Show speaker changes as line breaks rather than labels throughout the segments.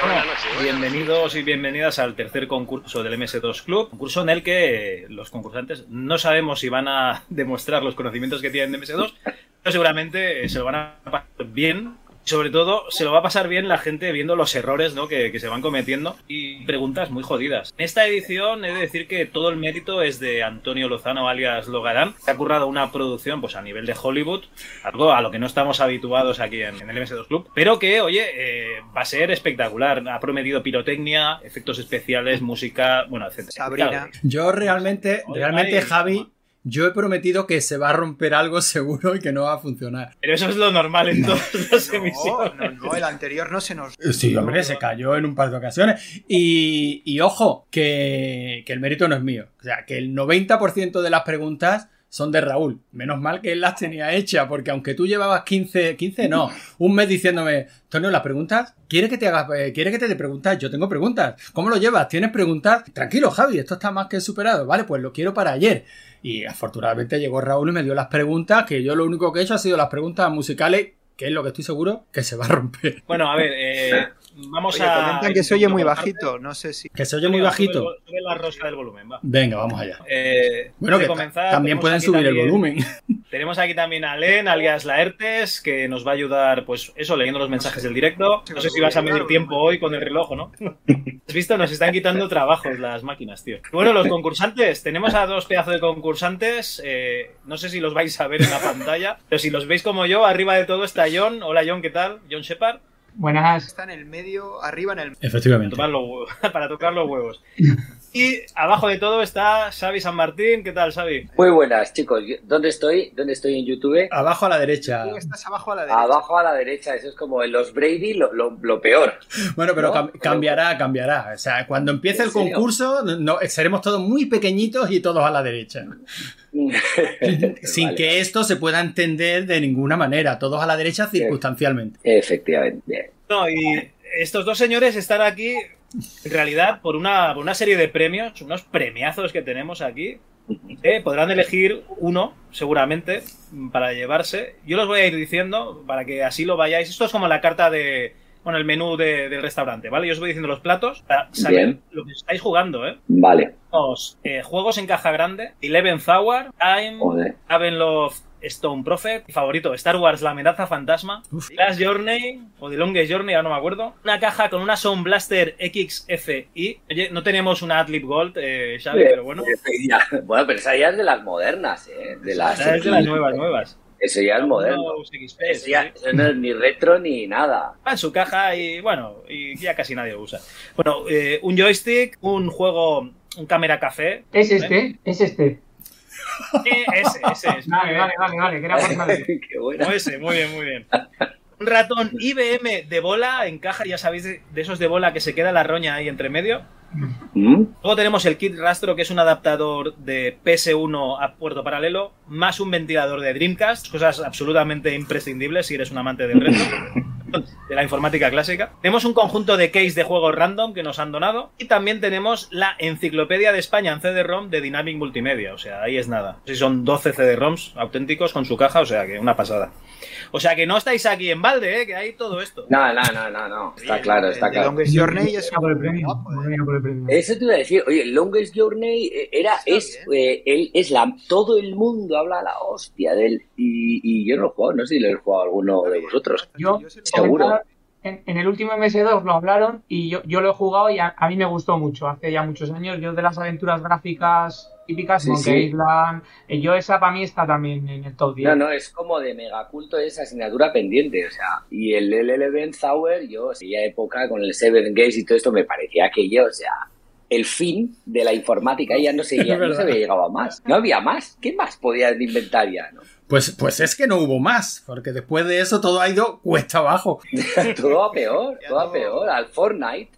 ahora en la noche. Bueno.
Bienvenidos y bienvenidas al tercer concurso del MS2 Club, concurso en el que los concursantes no sabemos si van a demostrar los conocimientos que tienen de MS2, pero seguramente eh, se lo van a pasar bien. Sobre todo, se lo va a pasar bien la gente viendo los errores ¿no? que, que se van cometiendo y preguntas muy jodidas. En esta edición he de decir que todo el mérito es de Antonio Lozano, alias Logarán. Se ha currado una producción pues, a nivel de Hollywood, algo a lo que no estamos habituados aquí en, en el MS2 Club, pero que, oye, eh, va a ser espectacular. Ha prometido pirotecnia, efectos especiales, música, bueno, etc.
Sabrina.
Yo realmente,
Oye,
realmente
Mari.
Javi, yo he prometido que se va a romper algo seguro y que no va a funcionar.
Pero eso es lo normal en todas las
No,
emisiones.
no, no, el anterior no se nos.
Eh, Sí, hombre, se cayó en un par de ocasiones. Y, y ojo, que, que el mérito no es mío. O sea, que el 90% de las preguntas son de Raúl. Menos mal que él las tenía hechas, porque aunque tú llevabas 15, 15, no, un mes diciéndome, Tonio, las preguntas, ¿quiere que te hagas, eh, quiere que te dé preguntas? Yo tengo preguntas. ¿Cómo lo llevas? ¿Tienes preguntas? Tranquilo, Javi, esto está más que superado. Vale, pues lo quiero para ayer. Y afortunadamente llegó Raúl y me dio las preguntas, que yo lo único que he hecho ha sido las preguntas musicales, que es lo que estoy seguro que se va a romper.
Bueno, a ver, eh, vamos
Oye,
a.
comentan que se oye muy bajito. No sé si.
Que se oye muy bajito.
Sube, el- sube la rosca del volumen, va.
Venga, vamos allá.
Eh,
Bueno,
antes de
que ta-
comenzar,
también
tenemos
pueden
aquí
subir el
también-
volumen.
Tenemos aquí también a Len, alias Laertes, que nos va a ayudar, pues eso, leyendo los mensajes del directo. No sé si vas a medir tiempo hoy con el reloj, o ¿no? Has visto, nos están quitando trabajos las máquinas, tío. Bueno, los concursantes, tenemos a dos pedazos de concursantes. eh, no sé si los vais a ver en la pantalla, pero si los veis como yo, arriba de todo está John. Hola John, ¿qué tal? John Shepard.
Buenas.
Está en el medio, arriba en el.
Efectivamente.
Tomar los huevos- para tocar los huevos. Y abajo de todo está Xavi San Martín. ¿Qué tal, Xavi?
Muy buenas, chicos. Yo- ¿Dónde estoy? ¿Dónde estoy en YouTube?
Abajo a la derecha.
Ah.
Tú estás abajo a la derecha.
Abajo a la derecha, eso es como en los Brady lo, lo- lo peor.
Bueno, pero
¿No?
cam- cambiará, cambiará. O sea, cuando empiece
¿En
el
serio?
concurso, no, seremos todos muy pequeñitos y todos a la derecha. Sin
Vale.
que esto se pueda entender de ninguna manera. Todos a la derecha circunstancialmente.
Efectivamente. bien.
No, y estos dos señores están aquí, en realidad, por una, por una serie de premios, unos premiazos que tenemos aquí. Eh, podrán elegir uno, seguramente, para llevarse. Yo los voy a ir diciendo para que así lo vayáis. Esto es como la carta de. Bueno, el menú de- del restaurante, ¿vale? Yo os voy diciendo los platos para saber
Bien.
lo que estáis jugando, ¿eh?
Vale.
Tenemos, eh, juegos en caja grande, Eleven Hour, Time,
Joder.
Love, Stone Prophet, mi favorito, Star Wars, La Amenaza Fantasma,
Uf.
Last Journey, o The Longest Journey, ahora no me acuerdo. Una caja con una Sound Blaster XFI. Oye, no tenemos una Adlib Gold, eh, Xavi, pero bueno.
Pues Ya. Bueno, pero esa ya es de las modernas, ¿eh? De las,
esa es de las nuevas, nuevas.
Eso ya es moderno.
Windows XP,
Eso
sí.
ya eso no es ni retro ni nada.
Va en su caja y bueno, y ya casi nadie lo usa. Bueno, eh, un joystick, un juego, un cámara café.
¿Es este? ¿Es este?
Eh, ese, ese es.
Vale, vale, vale, vale, que era por saber.
Qué buena.
Como ese, muy bien, muy bien. Un ratón IBM de bola en caja, ya sabéis, de, de esos de bola que se queda la roña ahí entre medio.
¿Mm?
Luego tenemos el kit rastro, que es un adaptador de PS1 a puerto paralelo, más un ventilador de Dreamcast, cosas absolutamente imprescindibles si eres un amante del reto. De la informática clásica. Tenemos un conjunto de case de juegos random que nos han donado. Y también tenemos la Enciclopedia de España en CD-ROM de Dynamic Multimedia. O sea, ahí es nada. Si son 12 CD-ROMs auténticos con su caja, o sea que una pasada. O sea que no estáis aquí en balde, ¿eh? que hay todo esto.
No, no, no, no, no. Está claro, está
The
claro.
Longest Journey es
Venía por el
un
premio.
guapo, ¿eh?
venía por el premio.
Eso te iba a decir, oye, Longest Journey eh, era,
Está
es, eh, el- es la, todo el mundo habla la hostia de él y, y yo no lo he jugado, no sé si lo he jugado a alguno de vosotros.
Yo,
se lo-
Seguro.
comentaron- En, en el último MS2 lo hablaron y yo, yo lo he jugado y a, a mí me gustó mucho. Hace ya muchos años, yo de las aventuras gráficas típicas,
Sí,
Monkey
sí.
Island, eh, yo esa para mí está también en el top 10.
No, no, es como de megaculto esa asignatura pendiente, o sea, y el LLB Sauer, yo, aquella época con el Seven Gates y todo esto, me parecía que yo, o sea, el fin de la informática ya no, seguía, no
Es verdad.
se había llegado a más, no había más, ¿qué más podían inventar ya? no?
Pues, pues es que no hubo más, porque después de eso todo ha ido cuesta abajo.
Todo a peor,
Ya
todo a
no-
peor, al Fortnite.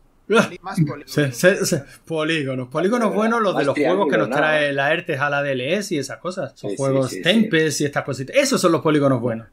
Más
Se- se- se- polígonos, polígonos buenos los de
Más
los juegos que nos
triángulo, nada.
trae la ERTES a la DLS y esas cosas. Son
Sí, sí,
juegos
sí, sí.
Tempest y estas cositas. Esos son los polígonos buenos.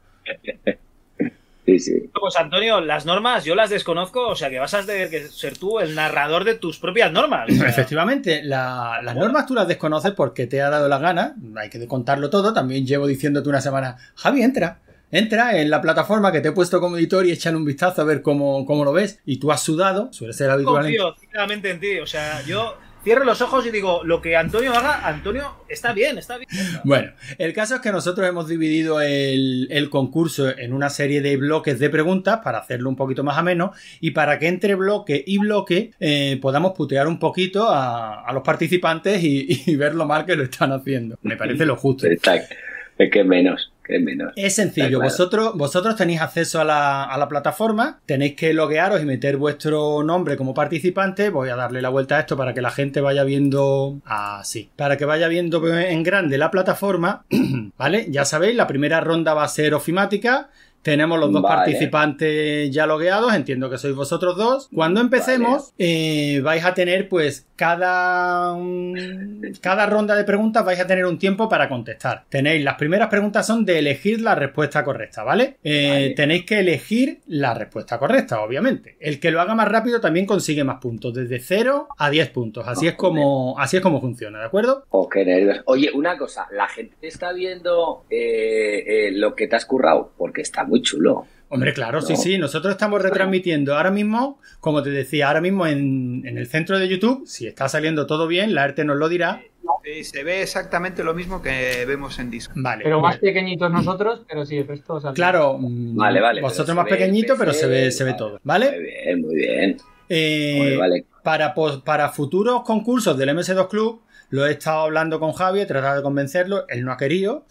Sí, sí.
Pues Antonio, las normas yo las desconozco, o sea que vas a tener que ser tú el narrador de tus propias normas. o sea.
Efectivamente, la- las normas tú las desconoces porque te ha dado la gana, hay que contarlo todo, también llevo diciéndote una semana, Javi, entra, Entra en la plataforma que te he puesto como editor y échale un vistazo a ver cómo, cómo lo ves. Y tú has sudado, suele ser habitual. en-
Confío ciegamente en ti. O sea, yo cierro los ojos y digo, lo que Antonio haga, Antonio está bien, está bien.
Bueno, el caso es que nosotros hemos dividido el, el concurso en una serie de bloques de preguntas para hacerlo un poquito más ameno y para que entre bloque y bloque eh, podamos putear un poquito a, a los participantes y, y ver lo mal que lo están haciendo. Me parece lo justo.
Exacto. Es que menos, que menos.
Es sencillo,
Está claro.
vosotros, vosotros tenéis acceso a la, a la plataforma, tenéis que loguearos y meter vuestro nombre como participante. Voy a darle la vuelta a esto para que la gente vaya viendo así, para que vaya viendo en grande la plataforma, ¿vale? Ya sabéis, la primera ronda va a ser ofimática. Tenemos los dos
Vale.
participantes ya logueados, entiendo que sois vosotros dos. Cuando empecemos, eh, vais a tener pues cada, mm, cada ronda de preguntas vais a tener un tiempo para contestar. Tenéis, las primeras preguntas son de elegir la respuesta correcta, ¿vale? Eh,
Vale.
Tenéis que elegir la respuesta correcta, obviamente. El que lo haga más rápido también consigue más puntos, desde 0 a 10 puntos. Así es como, así es como funciona, ¿de acuerdo?
Oh, qué nervios. Oye, una cosa, la gente está viendo eh, eh, lo que te has currado, porque está muy chulo.
Hombre, claro,
No.
sí, sí. Nosotros estamos retransmitiendo ahora mismo, como te decía, ahora mismo en, en el centro de YouTube. Si está saliendo todo bien, la ERTE nos lo dirá.
Sí, se ve exactamente lo mismo que vemos en Discord.
Vale.
Pero más
pues,
pequeñitos nosotros, pero sí, el resto. o sea,
Claro, mm,
Vale, vale.
vosotros
pero
más
se ve el
pequeñito, pero
PC,
se ve, se ve
vale.
todo,
Muy
¿vale?
bien, muy bien.
Eh,
Vale, vale.
Para, pos- para futuros concursos del MS2 Club, lo he estado hablando con Javi, he tratado de convencerlo, él no ha querido.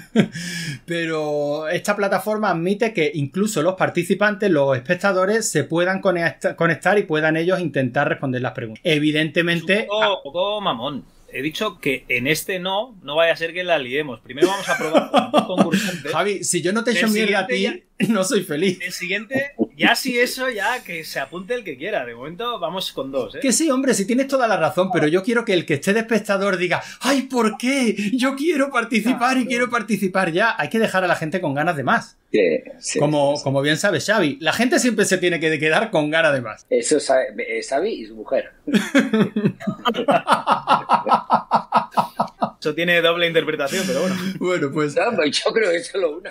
Pero esta plataforma admite que incluso los participantes, los espectadores, se puedan conecta- conectar y puedan ellos intentar responder las preguntas.
Es un
Evidentemente,
poco, un poco mamón. He dicho que en este no, no vaya a ser que la liemos. Primero vamos a probar con dos concursantes.
Javi, si yo no te he hecho
El
mierda a ti,
siguiente
no soy feliz.
El siguiente, ya si eso, ya que se apunte el que quiera. De momento vamos con dos, ¿eh?
Que sí, hombre, si tienes toda la razón, pero yo quiero que el que esté de espectador diga, ay, ¿por qué? Yo quiero participar y
Claro.
quiero participar ya. Hay que dejar a la gente con ganas de más.
Sí, sí.
como, como bien sabe Xavi, la gente siempre se tiene que quedar con ganas de más.
Eso sabe, eh, Xavi y su mujer.
Eso tiene doble interpretación, pero bueno.
Bueno, pues
No, pues yo creo que solo una.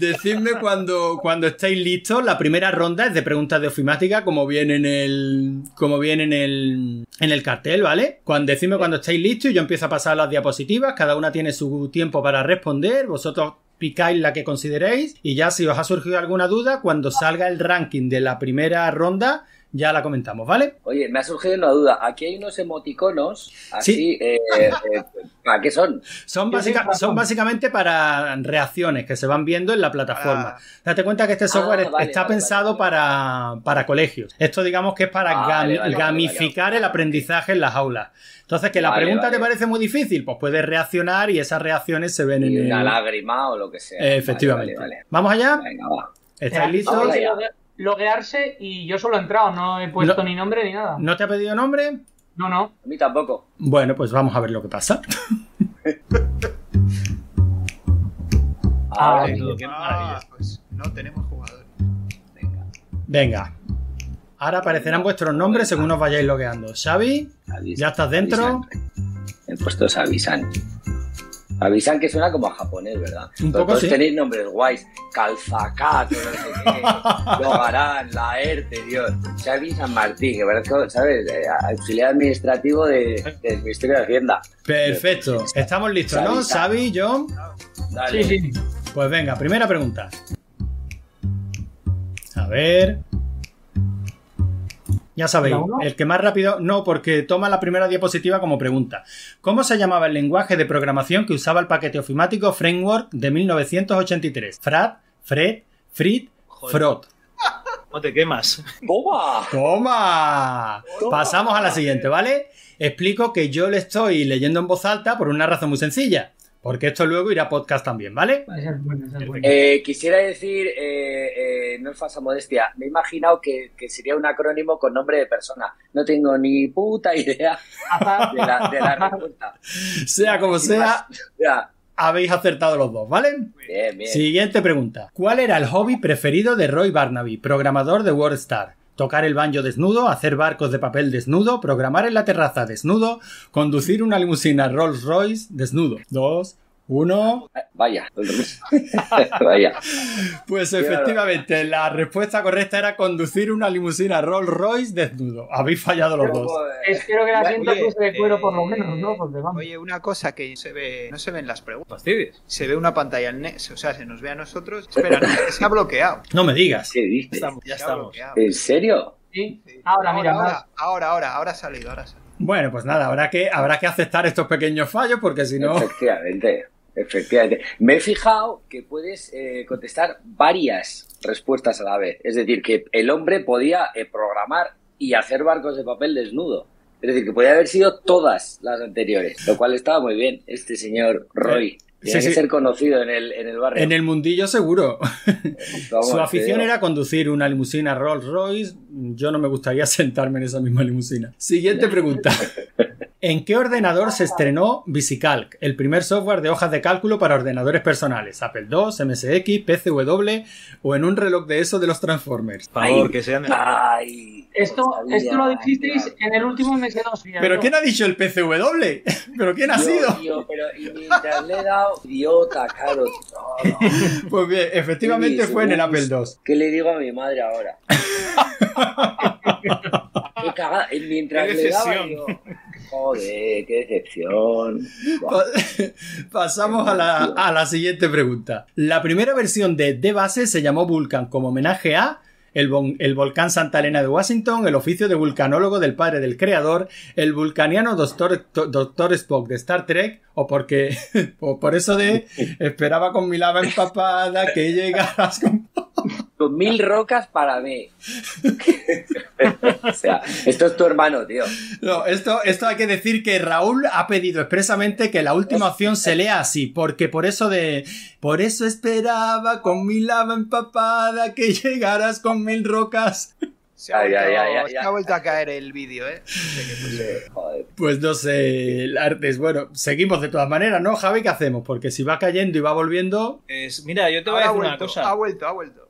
decidme cuando, cuando estéis listos. La primera ronda es de preguntas de ofimática, como viene en el, como viene en el, en el cartel, ¿vale? Cuando, decidme cuando estáis listos y yo empiezo a pasar las diapositivas. Cada una tiene su tiempo para responder. Vosotros picáis la que consideréis y ya si os ha surgido alguna duda, cuando salga el ranking de la primera ronda, ya la comentamos, ¿vale?
Oye, me ha surgido una duda. Aquí hay unos emoticonos. Así, eh, eh, ¿Para qué son?
Son,
Yo
básica-
tengo razón.
son básicamente para reacciones que se van viendo en la plataforma.
Ah.
Date cuenta que este software es-
vale,
está
vale,
pensado
vale, vale.
Para, para colegios. Esto digamos que es para
Ah,
gam-
vale, vale, vale,
gamificar
vale.
el aprendizaje en las aulas. Entonces, que la
Vale,
pregunta
vale.
te parece muy difícil, pues puedes reaccionar y esas reacciones se ven
Y
en
una
el...
lágrima o lo que sea.
Eh, Efectivamente.
Vale,
¿Vamos allá?
vale, vale. Venga, va.
¿Estáis
vamos
listos?
allá.
logue- Loguearse y yo solo he entrado, no he puesto
No-
ni nombre ni nada.
¿No te ha pedido nombre?
No, no.
A mí tampoco.
Bueno, pues vamos a ver lo que pasa.
Ahora
vale.
sí.
Todo, qué maravilla.
Ah, pues no tenemos jugadores.
Venga.
Venga. Ahora aparecerán vuestros nombres según os vayáis logueando. Xavi,
Avisan,
¿ya estás dentro?
avisan. He puesto avisan. Avisan que suena como a japonés, ¿verdad?
Un poco
Todos
sí.
tenéis nombres guays. Calzacato, no sé qué. Logarán, Laerte, Dios. Xavi San Martín, que parece, ¿sabes? Eh, auxiliar administrativo de, del Ministerio de Hacienda.
Perfecto. Estamos listos, ¿no? Xavi, yo.
Dale.
Sí, sí.
Pues venga, primera pregunta. A ver. Ya sabéis,
¿La uno?
el que más rápido. No, porque toma la primera diapositiva como pregunta. ¿Cómo se llamaba el lenguaje de programación que usaba el paquete ofimático Framework de 1983? Frat, Fred, Frit,
Joder,
Frot.
no te quemas.
¡Toma!
¡Toma! Pasamos a la siguiente, ¿vale? Explico que yo le estoy leyendo en voz alta por una razón muy sencilla. Porque esto luego irá a podcast también, ¿vale?
Ese es bueno, ese es bueno.
Eh, quisiera decir, eh, eh, no es falsa modestia, me he imaginado que, que sería un acrónimo con nombre de persona. No tengo ni puta idea
Azar.
de la, de la respuesta.
Sea como sea,
Ya.
habéis acertado los dos, ¿vale?
Bien, bien.
Siguiente pregunta. ¿Cuál era el hobby preferido de Roy Barnaby, programador de WordStar? Tocar el baño desnudo, hacer barcos de papel desnudo, programar en la terraza desnudo, conducir una limusina Rolls Royce desnudo. Dos, Uno.
Vaya, vaya.
Pues efectivamente, la respuesta correcta era conducir una limusina Rolls Royce desnudo. Habéis fallado los dos.
Espero que la
Oye,
asiento fuese de cuero por lo
eh,
menos, ¿no? Porque vamos.
Oye, una cosa que se ve, no se ven las preguntas.
Fastidies.
Se ve una pantalla en ne- o sea, se nos ve a nosotros. Espera, no, se ha bloqueado.
No me digas.
¿Qué dices?
Ya
Se ha
estamos.
bloqueado.
¿En serio?
Sí. Ahora, mira,
ahora,
más.
ahora, ahora, ahora ha salido, ahora ha salido.
Bueno, pues nada, habrá que, habrá que aceptar estos pequeños fallos porque si no.
Efectivamente, efectivamente. Me he fijado que puedes eh, contestar varias respuestas a la vez. Es decir, que el hombre podía eh, programar y hacer barcos de papel desnudo. Es decir, que podía haber sido todas las anteriores, lo cual estaba muy bien. Este señor Roy.
Eh, Sí,
Tiene que
sí.
ser conocido en el, en el barrio.
En el mundillo seguro.
Vamos,
Su
te
afición
digo.
era conducir una limusina Rolls Royce. Yo no me gustaría sentarme en esa misma limusina. Siguiente pregunta. ¿En qué ordenador se estrenó VisiCalc, el primer software de hojas de cálculo para ordenadores personales? Apple II, MSX, PCW o en un reloj de eso de los Transformers.
Por favor,
Ay.
que sean.
Ay,
Esto,
sabía,
esto lo dijisteis
claro.
en el último MS2. mira,
¿Pero
yo.
quién ha dicho el PCW? ¿Pero quién ha
Dios
sido?
mío, pero y mientras le he dado, idiota, claro. No, no.
Pues bien, efectivamente
Sí,
fue en el
sí.
Apple II.
¿Qué le digo a mi madre ahora? qué cagada. Y Mientras
Qué
le daba,
decepción.
digo, joder, qué decepción. Buah,
Pa- Pasamos a la, a la siguiente pregunta. La primera versión de The Base se llamó Vulcan como homenaje a el, von- el volcán Santa Elena de Washington, el oficio de vulcanólogo del padre del creador, el vulcaniano doctor, to- doctor Spock de Star Trek, o porque o por eso de esperaba con mi lava empapada que llegaras con...
Con mil rocas para mí. o sea, esto es tu hermano, tío.
No, esto, esto hay que decir que Raúl ha pedido expresamente que la última opción se lea así, porque por eso de. Por eso esperaba con mi lava empapada que llegaras con mil rocas.
Se ha,
Ay,
vuelto,
ay, ay, ay,
se ha
ay.
vuelto a caer el vídeo, ¿eh?
Joder.
Pues no sé, el arte es bueno. Seguimos de todas maneras, ¿no, Javi? ¿Qué hacemos? Porque si va cayendo y va volviendo.
Es- mira, yo te voy a
Ahora ha
decir una
vuelto,
cosa.
ha vuelto, ha vuelto.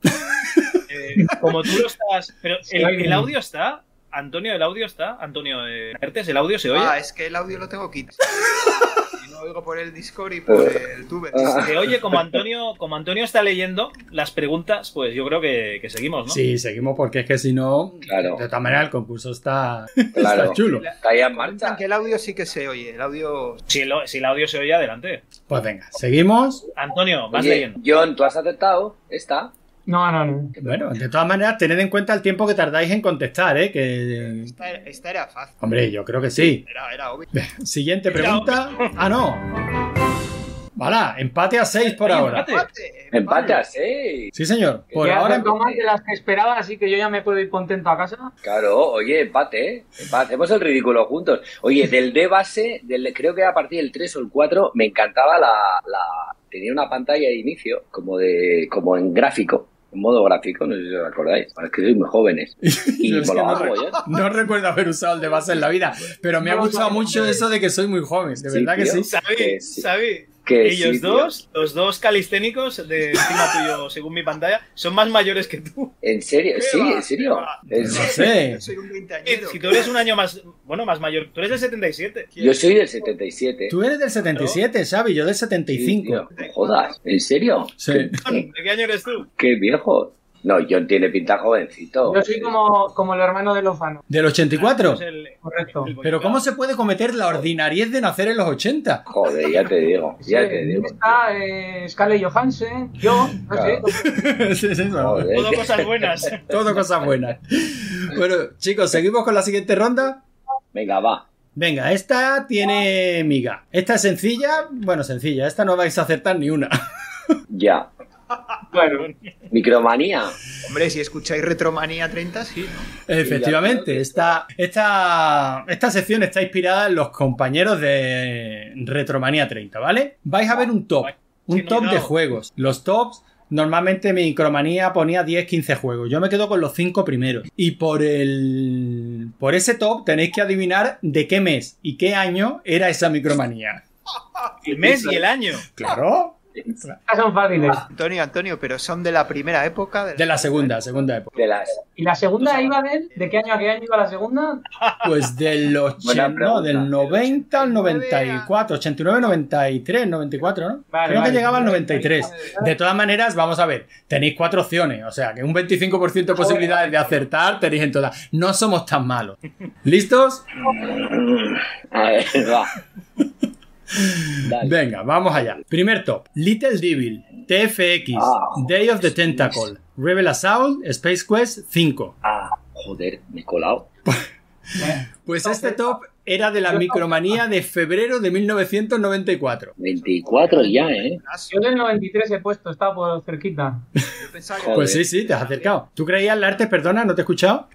Eh, como tú lo estás. Pero
Sí,
el,
ahí
el
viene.
audio está. Antonio, el audio está. Antonio, eh, Artes, el audio se oye.
Ah, es que el audio lo tengo quitado. Y no oigo por el Discord y por el Tube.
Ah.
Se oye como Antonio, como Antonio está leyendo las preguntas, pues yo creo que, que seguimos, ¿no?
Sí, seguimos porque es que si no.
Claro.
De todas maneras, el concurso está,
Claro.
está chulo.
Está ya en
Comentan
marcha.
que el audio sí que se oye. El audio.
Si, el o- si el audio se oye, adelante.
Pues venga, seguimos.
Antonio, vas
Oye,
leyendo.
John, ¿tú has aceptado? Está.
No, no, no.
Bueno, de todas maneras, tened en cuenta el tiempo que tardáis en contestar, ¿eh? Que.
Esta, era- esta era fácil.
Hombre, yo creo que sí.
Era, era obvio.
Siguiente pregunta. Ah, no. Vale, empate a 6 por
Hay
ahora.
empate.
Empatas, ¿eh? sí.
Sí, señor. Por
Ya he
ahora.
acertado más de las que esperaba, así que yo ya me puedo ir contento a casa.
Claro, oye, empate, ¿eh? Empate. Hacemos el ridículo juntos. Oye, del D base, del, creo que a partir del 3 o el 4, me encantaba la, la- Tenía una pantalla de inicio, como de como en gráfico, en modo gráfico, no sé si os acordáis. Ahora es que sois muy jóvenes. Y
Yo es que no,
molaba
re-
mogollón.
no recuerdo haber usado el de base en la vida, pero me ha
No,
gustado
no, no,
mucho
no.
eso de que soy muy joven. De
Sí,
verdad Ah, que
tío.
sí.
Xavi,
Que sí.
Xavi,
Que
ellos
sí, tío.
dos, los dos calisténicos de encima tuyo, según mi pantalla, son más mayores que tú.
¿En serio? Sí,
va,
¿en serio?
No
¿En serio?
sé.
Soy un
Eh,
veinteañero.
Si tú eres un año más, bueno, más mayor, tú eres del 77.
Yo soy del 77.
Tú eres del 77, ¿sabes? Yo del
Sí,
75.
tío. No jodas, ¿en serio?
Sí.
¿De qué año eres tú?
Qué viejo. No, John tiene pinta jovencito.
Yo soy como, como el hermano de Lozano.
Del 84.
Pues el-
Correcto.
el-
Pero ¿cómo se puede cometer la ordinariez de nacer en los 80?
Joder, ya te digo, ya
Sí,
te digo.
Está eh, Scarlett Johansen, yo, no
Claro.
sé.
Es eso.
Joder,
Todo
que-
cosas buenas.
Todo cosas buenas. Bueno, chicos, seguimos con la siguiente ronda.
Venga, va.
Venga, esta tiene miga. Esta es sencilla, bueno, sencilla, esta no vais a acertar ni una.
Ya.
Bueno,
Micromanía.
Hombre, si escucháis Retromanía 30, sí. ¿no?
Efectivamente, esta, esta, esta sección está inspirada en los compañeros de Retromanía 30, ¿vale? Vais a ver un top, un top de juegos. Los tops, normalmente Micromanía ponía 10, 15 juegos. Yo me quedo con los 5 primeros. Y por el por ese top tenéis que adivinar de qué mes y qué año era esa Micromanía.
El mes y el año.
Claro.
Legends.
Estas son fáciles.
Ah.
Antonio, Antonio, pero son de la primera época.
De la segunda, segunda época.
De las...
¿Y la segunda iba de él? ¿De qué año a qué año iba la segunda?
Pues del 80, no, del 90 al 94, 89, 93, 94, ¿no?
Vale,
Creo
vale.
que llegaba al 93. De todas maneras, vamos a ver, tenéis cuatro opciones, o sea, que un 25% de posibilidades de acertar tenéis en todas. No somos tan malos. ¿Listos?
A ver, va. Dale.
Venga, vamos allá. Primer top. Little Devil, TFX,
Ah,
Day of the Tentacle, Rebel Assault, Space Quest 5.
Ah, joder, me he colado.
Eh,
Pues este top era de la micromanía de febrero de 1994.
24 ya, ¿eh?
Yo del 93 he puesto, estaba por cerquita.
Yo pensaba, que,
Joder.
Pues sí, sí, te has acercado. ¿Tú creías la arte, perdona, no te he escuchado?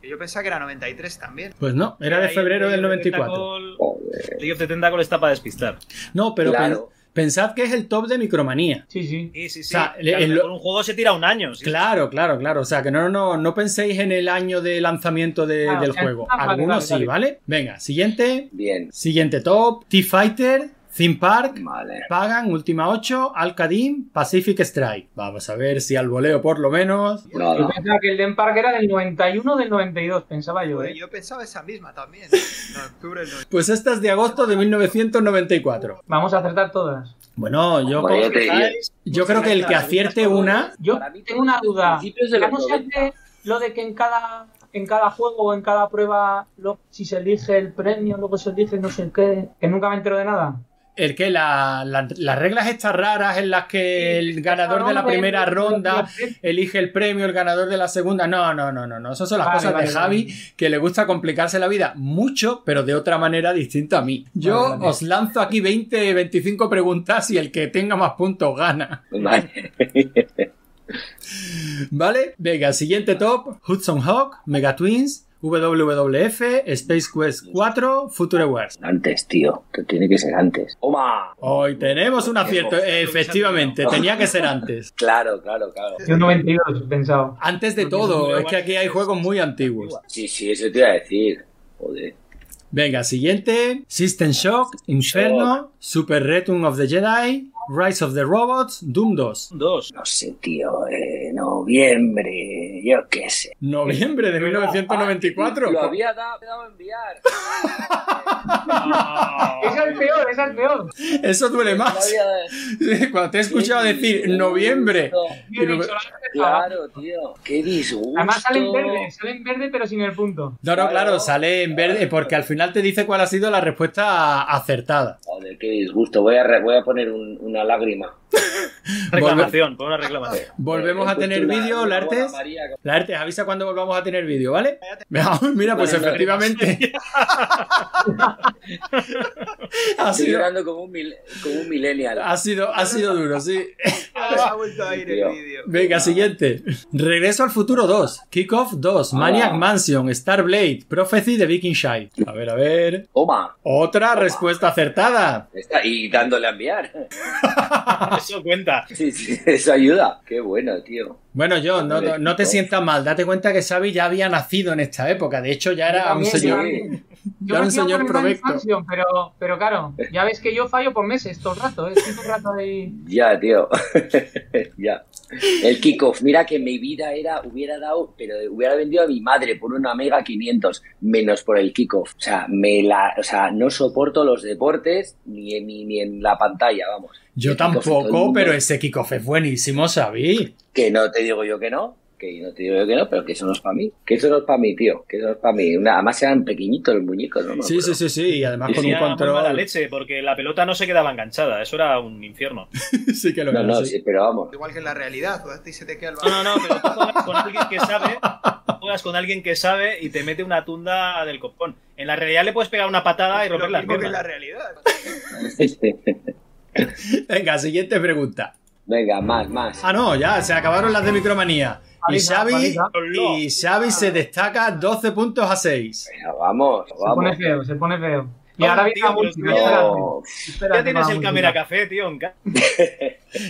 yo pensaba que era 93 también.
Pues no, era de
Ahí,
febrero
Day
del
of the
94.
Tentacle-
Joder.
Day of the Tentacle está para despistar.
No, pero
Claro.
pen- pensad que es el top de micromanía.
Sí, sí.
Sí, sí, sí.
O sea,
Claro,
el- el-
Con un juego se tira un año. sí.
Claro, claro, claro. O sea, que no, no, no penséis en el año de lanzamiento de-
Ah,
del
o sea,
juego.
ah, vale,
Algunos
vale,
sí, ¿vale? Venga, siguiente.
Bien.
Siguiente top. T-Fighter, Theme Park,
Vale.
Pagan, Última 8, Al-Qadim, Pacific Strike. Vamos a ver si al voleo por lo menos.
No,
Yo
no.
pensaba que el Den Park era del 91 o del 92, pensaba yo,
Joder,
¿eh?
yo pensaba esa misma también. En octubre del
Pues esta es de agosto de 1994.
Vamos a acertar todas.
Bueno, yo,
Bueno, yo te diría-
yo creo que el que acierte una
Yo
Para mí
tengo una duda.
principios de
¿Ya
los
no se
90.
hace lo de que en cada en cada juego o en cada prueba lo- si se elige el premio, luego se elige no sé qué, que nunca me entero de nada?
El que la- la- las reglas estas raras en las que el ganador de la primera ronda elige el premio, el ganador de la segunda. No, no, no, no, no. Esas son las
Vale,
cosas
vale,
de
vale.
Javi que le gusta complicarse la vida mucho, pero de otra manera distinta a mí. Yo
Vale, vale.
os lanzo aquí 20, 25 preguntas y el que tenga más puntos gana.
Vale.
¿Vale? Venga, siguiente top: Hudson Hawk, Mega Twins. WWF, Space Quest 4, Future Wars.
Antes, tío. Que tiene que ser antes. ¡Oma!
Hoy tenemos un acierto. Efectivamente, tenía que ser antes.
Claro, claro, claro.
Yo 92 he pensado.
Antes de todo, es que aquí hay juegos muy antiguos.
Sí, sí, eso te iba a decir. Joder.
Venga, siguiente. System Shock, Inferno, Super Return of the Jedi, Rise of the Robots, Doom 2.
Dos.
No sé, tío. eh, noviembre. Yo qué sé.
Noviembre de 1994.
Ah, Lo había dado, dado a enviar.
Ah.
Esa es peor, esa es peor.
Eso duele
Lo
más.
había dado-
Cuando te he escuchado decir noviembre.
Yo he
Y lo-
dicho, la he acertado.
Claro, tío. Qué disgusto.
Además salen verde, salen verde pero sin el punto.
No, no, claro, sale en verde porque al final te dice cuál ha sido la respuesta acertada.
Joder, qué disgusto. Voy a, re- voy a poner un- una lágrima.
Reclamación, pon una reclamación.
Volvemos
Eh,
a
he puesto
tener
una-
vídeo,
una bola
Lartes.
amarilla que-
Lartes, avisa cuando volvamos a tener vídeo, ¿vale? Mira, pues
Vale,
efectivamente. Ha
Estoy
sido,
llorando como un, mil- como un millennial.
ha sido, ha sido duro, sí.
Ah, se ha vuelto a ir el
Tío.
vídeo.
Venga, siguiente. Regreso al futuro 2, Kickoff 2, Maniac Mansion, Starblade, Prophecy de Viking Shy. A ver, a ver.
Toma.
Otra respuesta acertada.
Está, y dándole a enviar.
Eso cuenta.
Sí, sí, eso ayuda. Qué bueno, tío.
Bueno, John, no, no- no te sientas mal. Date cuenta que Xavi ya había nacido en esta época. De hecho, ya era un
También,
señor,
también.
ya era
me
un
quedo
señor
con el Manic
provecto.
Mansion, pero, pero claro, ya ves que yo fallo por meses todo el rato, ¿eh? Estoy todo el rato ahí.
Ya, tío. ya. El kickoff. Mira que mi vida era, hubiera dado, pero hubiera vendido a mi madre por una mega 500, menos por el kickoff. O sea, me la, o sea, no soporto los deportes ni, en- ni, ni en la pantalla, vamos.
Yo
El kickoff de todo el
tampoco,
mundo.
pero ese kickoff es buenísimo, Xavi.
Que no te digo yo que no, que no te digo yo que no, pero que eso no es para mí. Que eso no es para mí, tío. Que eso no es para mí. Una- además eran pequeñitos los muñecos, ¿no? Me
Sí, sí,
acuerdo.
sí, sí. Y además con un
Tenía muy mala
control.
leche porque la pelota no se quedaba enganchada. Eso era un infierno.
Sí que lo
No,
era,
no,
sí.
sí, pero vamos.
Igual que en la realidad, o a ti se te queda el
No, no, no, pero tú juegas con alguien que sabe, juegas con alguien que sabe y te mete una tunda del copón. En la realidad le puedes pegar una patada y
Lo
romper las
mismo que en la
piernas.
realidad.
Venga, siguiente pregunta.
Venga, más, más.
Ah, no, ya, se acabaron las de micromanía. Y
Avisa,
Xavi,
avisa.
y Xavi se destaca 12 puntos a 6.
Venga, vamos,
Se pone
vamos.
feo, se pone feo. Y
No,
ahora viene
tío,
la
pero
múltiple.
no.
espérate,
No,
espérate,
Ya tienes
va,
el
múltiple.
cámara café, tío. en ca-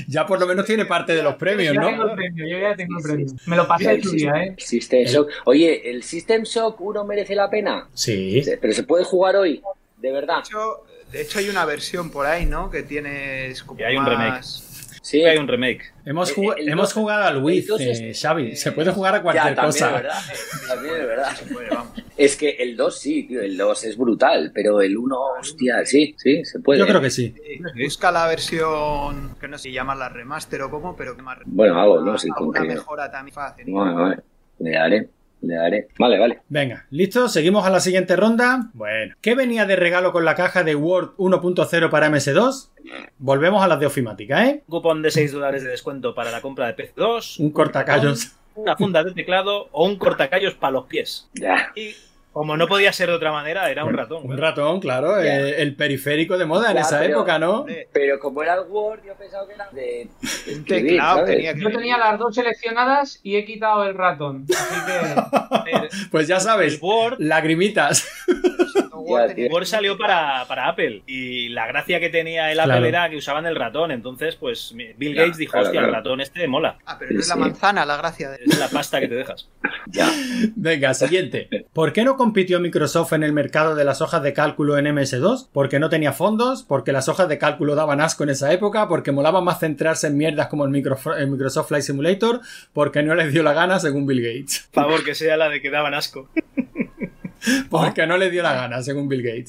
Ya por lo menos tiene parte de los premios,
Yo ya tengo
¿no?
el premio, yo ya tengo el premio. Me lo
el
pasé el
System-
día, ¿eh?
System Shock. Oye, ¿el System Shock uno merece la pena?
Sí.
Pero se puede jugar hoy, de verdad.
De hecho, De hecho, hay una versión por ahí, ¿no? Que tienes como
Y hay un
más-
Sí,
Hay un remake.
Hemos,
El-
jugado-
Eh, el
hemos
dos-
jugado al Wiz,
dos es-
eh, Xavi. Se puede jugar a
ya,
cualquier
también
cosa.
de verdad. eh, También de verdad.
Bueno, vamos.
Es que el 2 sí, tío, el 2 es brutal, pero el 1, hostia, sí, sí, se puede. ¿eh?
Yo creo que sí.
Busca la versión, que no sé si llaman la remaster o cómo, pero que más...
Bueno, algo, no sé, con
Alguna
que-
mejora también fácil.
Vale, vale. Le daré, le daré. Vale, vale.
Venga, ¿listo? ¿Seguimos a la siguiente ronda? Bueno. ¿Qué venía de regalo con la caja de Word 1.0 para MS2? Volvemos a las de ofimática, ¿eh?
Un cupón de 6 dólares de descuento para la compra de PC2.
Un cortacallos.
Una funda de teclado o un cortacallos para los pies.
Ya.
Y como no podía ser de otra manera, era un ratón.
Un ratón, claro.
Ya.
eh, El, periférico de moda en
Ya,
esa
pero-
época, ¿no?
Hombre,
Pero como era el Word, yo pensaba que era de.
Un teclado
¿sabes?
tenía que
Yo tenía las dos seleccionadas y he quitado el ratón. Así que
El-
Pues ya
El
sabes,
Word,
lagrimitas.
Ya, tío.
el Word salió para, para Apple y la gracia que tenía el Apple
Claro.
era que usaban el ratón. Entonces, pues Bill
Ya,
Gates dijo:
claro,
Hostia, el
claro.
ratón este mola.
Ah, pero no es la
Sí.
manzana la gracia de...
Es la pasta que te dejas.
Ya.
Venga, siguiente. ¿Por qué no compitió Microsoft en el mercado de las hojas de cálculo en MS2? Porque no tenía fondos, porque las hojas de cálculo daban asco en esa época, porque molaba más centrarse en mierdas como el, microfo- el Microsoft Flight Simulator, porque no les dio la gana, según Bill Gates.
Por favor, que sea la de que daban asco.
Porque no les dio la gana, según Bill Gates.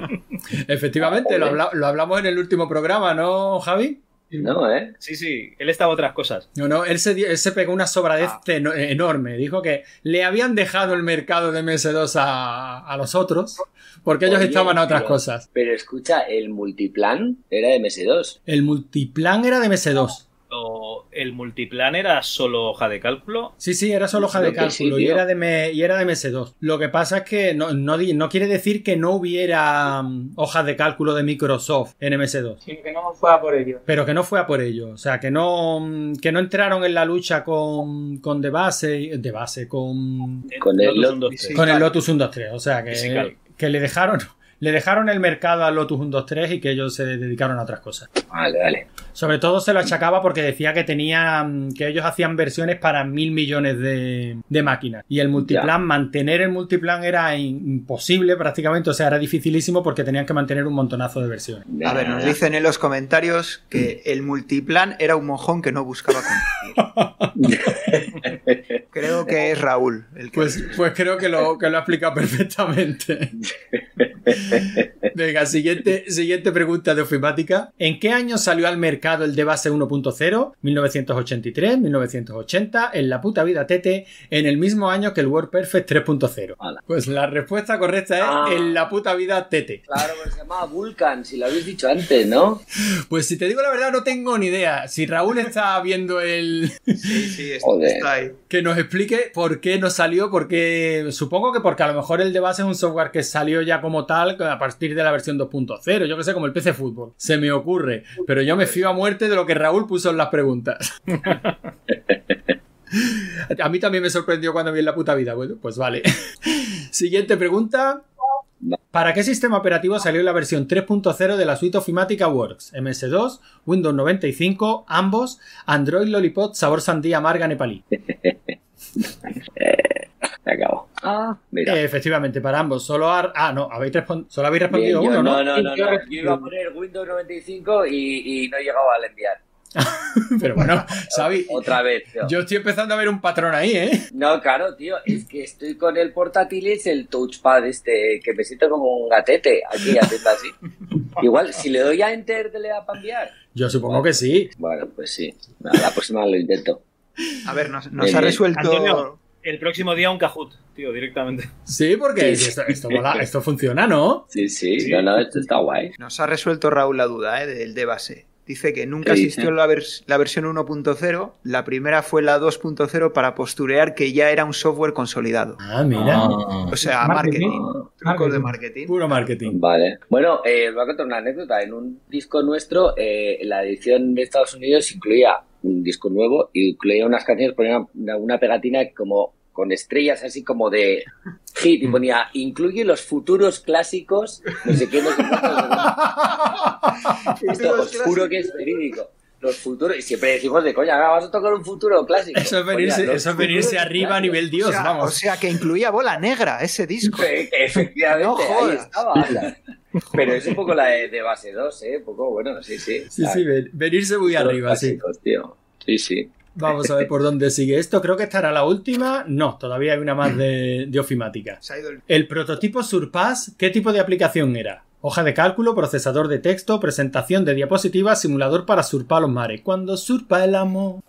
Efectivamente, lo, habla- lo hablamos en el último programa, ¿no, Javi?
No, ¿eh?
Sí, sí, él estaba a otras cosas.
No, no, él se, dio- él se pegó una sobradez
Ah.
eno- enorme. Dijo que le habían dejado el mercado de MS2 a, a los otros porque ellos
Oye,
estaban a otras
tío.
cosas.
Pero escucha, el multiplan era de MS2.
El multiplan era de MS2.
O el multiplan era solo hoja de cálculo.
Sí, sí, era solo hoja
Creo
de
que sí,
cálculo y,
tío.
era de M- y era de MS2. Lo que pasa es que no, no di- no quiere decir que no hubiera mm, hojas de cálculo de Microsoft en MS2.
sin que no fuera por ello.
Pero que no fue a por ello. O sea, que no, mm, que no entraron en la lucha con, con The Base, y- The Base, con
Con el
Lotus 1, 2,
Lotus,
3.
sí.
con el
claro.
Lotus 123. O sea, que,
Sí, claro.
que le dejaron. Le dejaron el mercado al Lotus 123 y que ellos se dedicaron a otras cosas.
Vale, vale.
Sobre todo se lo achacaba porque decía que tenían que ellos hacían versiones para mil millones de, de máquinas. Y el multiplan, mantener el multiplan era in- imposible prácticamente, o sea, era dificilísimo porque tenían que mantener un montonazo de versiones.
A ver, nos dicen en los comentarios que el multiplan era un mojón que no buscaba cumplir. Creo que es Raúl el que...
Pues, pues creo que lo, que lo ha explicado perfectamente. Venga, siguiente, siguiente pregunta de ofimática. ¿En qué año salió al mercado el de base 1.0? 1983, 1980, en la puta vida Tete, en el mismo año que el WordPerfect 3.0.
Ala.
Pues la respuesta correcta es
Ah.
en la puta vida Tete.
Claro, pero se llamaba Vulcan, si lo habéis dicho antes, ¿no?
Pues si te digo la verdad, no tengo ni idea. Si Raúl está viendo el,
Sí, sí, es-
Joder.
está ahí.
que nos explique por qué no salió, porque supongo que porque a lo mejor el de base es un software que salió ya como tal a partir de la versión 2.0, yo que sé, como el PC Fútbol. Se me ocurre, pero yo me fío a muerte de lo que Raúl puso en las preguntas. A mí también me sorprendió cuando vi en la puta vida. Bueno, pues vale. Siguiente pregunta. ¿Para qué sistema operativo salió la versión 3.0 de la suite ofimática Works? MS2, Windows 95, ambos, Android Lollipop, sabor sandía amarga nepalí.
Se acabó. Ah, mira.
Eh, efectivamente, para ambos. Solo, har- ah, no, habéis respon- solo habéis respondido
Bien, yo-
uno, ¿no?
no, no,
Yo
no. Yo
respondo.
iba a poner Windows 95 y, y no llegaba al enviar.
Pero bueno, Xavi,
Otra vez, tío.
yo estoy empezando a ver un patrón ahí, ¿eh?
No, claro, tío, es que estoy con el portátil, es el touchpad este, que me siento como un gatete aquí haciendo así. Igual, si le doy a Enter, le da para enviar.
Yo supongo que sí.
Bueno, pues sí, a la próxima lo intento.
A ver, nos, nos
Bien,
ha
bien.
resuelto...
Antonio. El próximo día un Kahoot, tío, directamente.
Sí, porque
Sí.
Esto, esto mola- esto funciona, ¿no?
Sí, sí, no, no, esto está guay.
Nos ha resuelto Raúl la duda ¿eh? del de base. Dice que nunca
¿Qué
eh.
existió la, vers- la versión 1.0, la primera fue la 2.0 para posturear que ya era un software consolidado.
Ah, mira.
O sea,
Marketing.
marketing, trucos de
Marketing.
marketing.
Puro marketing.
Vale. Bueno, eh, voy a contar una anécdota. En un disco nuestro, eh, la edición de Estados Unidos incluía un disco nuevo, incluía unas canciones, ponía una, una pegatina como con estrellas así como de hit y ponía incluye los futuros clásicos, no sé qué, no sé cuántos, no sé cuántos". Esto
Futuros
os juro
clásicos.
que es verídico. Los futuros, y siempre decimos de coña, ahora vamos a tocar un futuro clásico.
Eso es
Ponía,
venirse,
"Los
eso es venirse
futuros
arriba a
clásicos".
nivel Dios,
o sea, o
vamos.
sea, que incluía bola negra ese disco.
Efe- Eh, Efectivamente,
No
ahí
jodas.
estaba. Pero es un poco la de, de base 2, ¿eh? Un poco, bueno, sí, sí.
Sí, sí, ven- venirse muy arriba, sí.
Clásicos, tío. Sí, sí.
Vamos a ver por dónde sigue esto. Creo que estará la última. No, todavía hay una más de, de ofimática.
Se ha ido el-
El prototipo Surpass, ¿qué tipo de aplicación era? Hoja de cálculo, procesador de texto, presentación de diapositivas, simulador para surpar los mares. Cuando surpa el amor.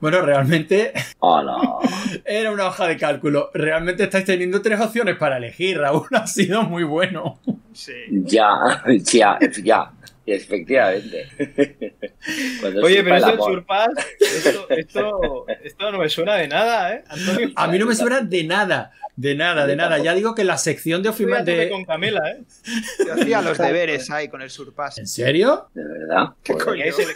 bueno, realmente
Hola.
era una hoja de cálculo. Realmente estáis teniendo tres opciones para elegir. Raúl ha sido muy bueno.
Sí.
Ya, ya, ya. Efectivamente. Cuando
Oye,
surpa el
pero esto del
amor.
Surpass, esto, esto, esto no me suena de nada, ¿eh, Antonio?
A mí no me suena de nada. De nada, de nada. Ya digo que la sección de
Estoy a
ofimática...
tope con Camela, ¿eh?
Yo hacía los deberes ahí con el Surpass.
¿En serio?
De verdad.
¿Qué
Joder.
Que
coño?
ahí se le-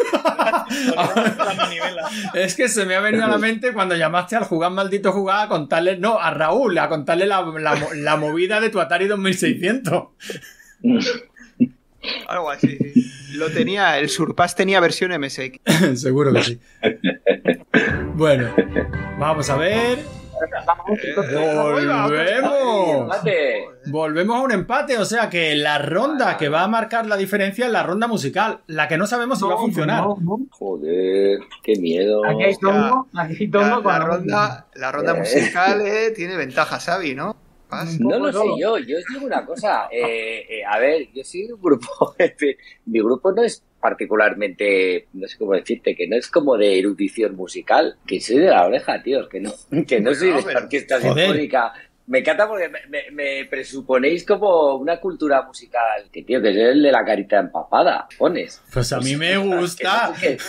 la manivela.
Es que se me ha venido a la mente cuando llamaste al jugar maldito jugar a contarle, no, a Raúl, a contarle la, la mo- la movida de tu Atari 2600.
Algo así. sí. Lo tenía, el Surpass tenía versión MSX.
Seguro que sí. Bueno, vamos a ver. Eh,
Vamos, entonces,
Volvemos.
Empate.
Volvemos a un empate, o sea que la ronda que va a marcar la diferencia es la ronda musical, la que no sabemos si va a
no,
funcionar.
no, no.
Joder, qué miedo.
Aquí hay tongo, aquí hay
La,
tongo con
la ronda, la ronda
Eh.
musical eh, tiene ventaja, Xavi, ¿no? Paz.
No lo
Poco
sé
no.
yo, yo os digo una cosa. eh, eh, a ver, yo soy un grupo. este, mi grupo no es particularmente, no sé cómo decirte, que no es como de erudición musical, que soy de la oreja, tío, que no, que no soy
No,
de
pero-
orquesta
Joder.
sinfónica. Me encanta porque me, me- me presuponéis como una cultura musical, que tío, que soy el de la carita empapada, pones.
Pues a mí me gusta.
Que no, que-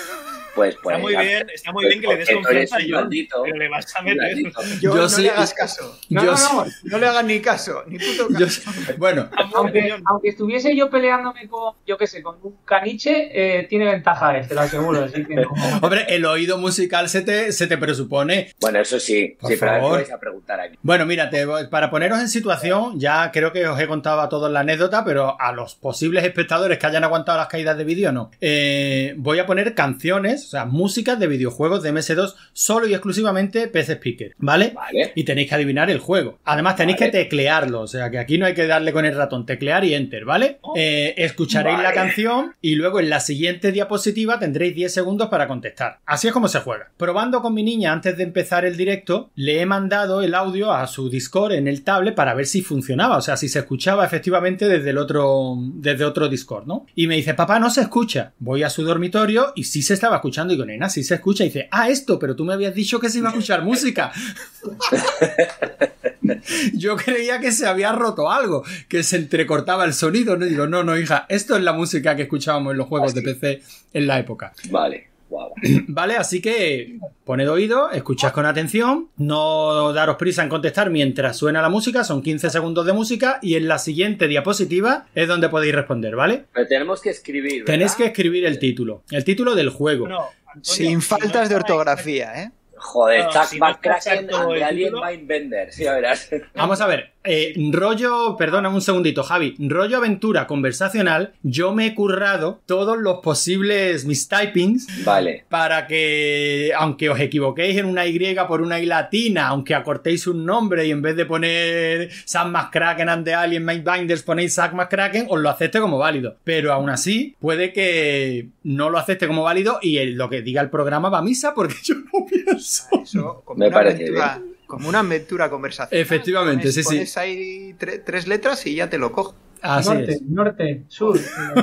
Pues, pues.
Está muy
ya,
bien, está muy bien que le des
porque tú eres
confianza a
un
John,
maldito,
pero le vas a
un
meter.
maldito.
Yo,
Yo
no
soy-
le hagas caso.
No,
Yo
no, no.
soy-
No le hagas ni caso, ni puto caso.
yo soy- bueno,
Aunque, aunque estuviese yo peleándome con, yo qué sé, con un caniche, eh, tiene ventaja este, lo aseguro. Así que no.
hombre, el oído musical se te, se te presupone.
Bueno, eso sí,
Por
sí, pero ahora
favor.
vais a preguntar aquí.
Bueno, mira, te voy- para poneros en situación, ya creo que os he contado a todos la anécdota, pero a los posibles espectadores que hayan aguantado las caídas de vídeo, no. Eh, voy a poner canciones, o sea, músicas de videojuegos de MS2 solo y exclusivamente PC Speaker, ¿vale?
Vale.
Y tenéis que adivinar el juego. Además, tenéis
Vale.
que teclearlo, o sea, que aquí no hay que darle con el ratón, teclear y enter, ¿vale? Eh, escucharéis la
Oh, Vale.
canción y luego en la siguiente diapositiva tendréis 10 segundos para contestar. Así es como se juega. Probando con mi niña antes de empezar el directo, le he mandado el audio a su Discord en el tablet para ver si funcionaba, o sea, si se escuchaba efectivamente desde el otro, desde otro Discord, ¿no? Y me dice, papá, no se escucha. Voy a su dormitorio y sí se estaba escuchando. Y digo, nena, sí se escucha. Y dice, ah, esto, pero tú me habías dicho que se iba a escuchar música. Yo creía que se había roto algo, que se entrecortaba el sonido. No digo, no, no, hija, esto es la música que escuchábamos en los juegos
Ah,
de PC en la época.
Vale, guau.
Vale, así que poned oído, escuchad con atención, no daros prisa en contestar mientras suena la música, son 15 segundos de música y en la siguiente diapositiva es donde podéis responder, ¿vale?
Pero tenemos que escribir. ¿verdad?
Tenéis que escribir el título, el título del juego.
No, Antonio,
Sin
si no
faltas
está
de ortografía, ¿eh?
Joder,
No,
Chuck
si no
McCracken
está exacto
and the
el
Alien
título.
Mindbender. Sí, ya verás.
Vamos a ver, eh, rollo, perdona un segundito, Javi, rollo aventura conversacional, yo me he currado todos los posibles mistypings
Vale.
para que, aunque os equivoquéis en una Y por una I latina, aunque acortéis un nombre y en vez de poner Sam McCracken and the Alien Mindbinders ponéis Zack McCracken, os lo acepte como válido. Pero aún así, puede que no lo acepte como válido y el- lo que diga el programa va a misa porque yo no pienso.
Eso, como
Me
una
parece
aventura, Como una aventura conversacional.
Efectivamente,
Pones-
sí, sí.
Pones ahí tre- tres letras y ya te lo cojo.
Así
norte,
es.
norte, sur.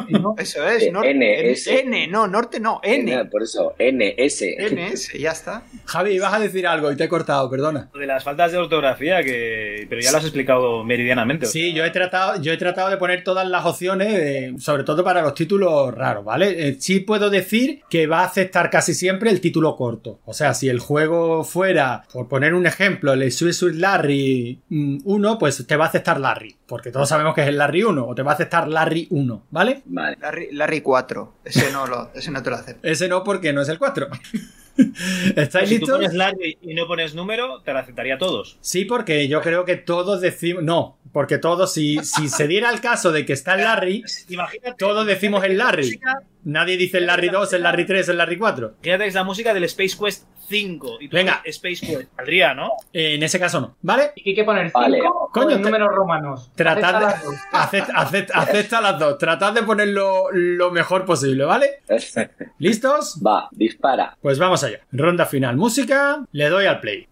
y no-
Eso es,
Eh,
norte.
N,
N,
S.
N, no, norte no,
Eh,
N.
Por eso, NS.
N, S, ya está.
Javi, ibas a decir algo y te he cortado, perdona.
De las faltas de ortografía, que pero ya lo has explicado meridianamente. o
Sí,
sea, pues
yo he tratado, yo he tratado de poner todas las opciones, eh, sobre todo para los títulos raros, ¿vale? Eh, sí puedo decir que va a aceptar casi siempre el título corto. O sea, si el juego fuera, por poner un ejemplo, el Sweet Sweet Larry mm, 1, pues te va a aceptar Larry, porque todos sabemos que es el Larry 1, o te va a aceptar Larry 1, ¿vale?
Vale.
Larry, Larry 4. Ese no, lo, ese no te lo acepto.
Ese no, porque no es el 4. ¿Estáis
Pues Si tú
listos?
pones Larry y no pones número, te la aceptaría todos.
Sí, porque yo creo que todos decimos. No, porque todos, si, si se diera el caso de que está el Larry,
Imagínate.
todos decimos el Larry.
Música-
Nadie dice el Larry 2, el Larry 3, el Larry 4.
Fíjate que es la música del Space Quest 5 y tú
Venga.
pones Space Quest, saldría, ¿no?
Eh, En ese caso no, ¿vale?
Y que hay que poner
Vale.
5
Coño,
con
te-
números romanos.
Tratad
Acepta
de.
las dos.
Acepta, acepta- acepta las dos. Tratad de ponerlo lo mejor posible, ¿vale? ¿Listos?
Va, dispara.
Pues vamos allá. Ronda final. Música. Le doy al play.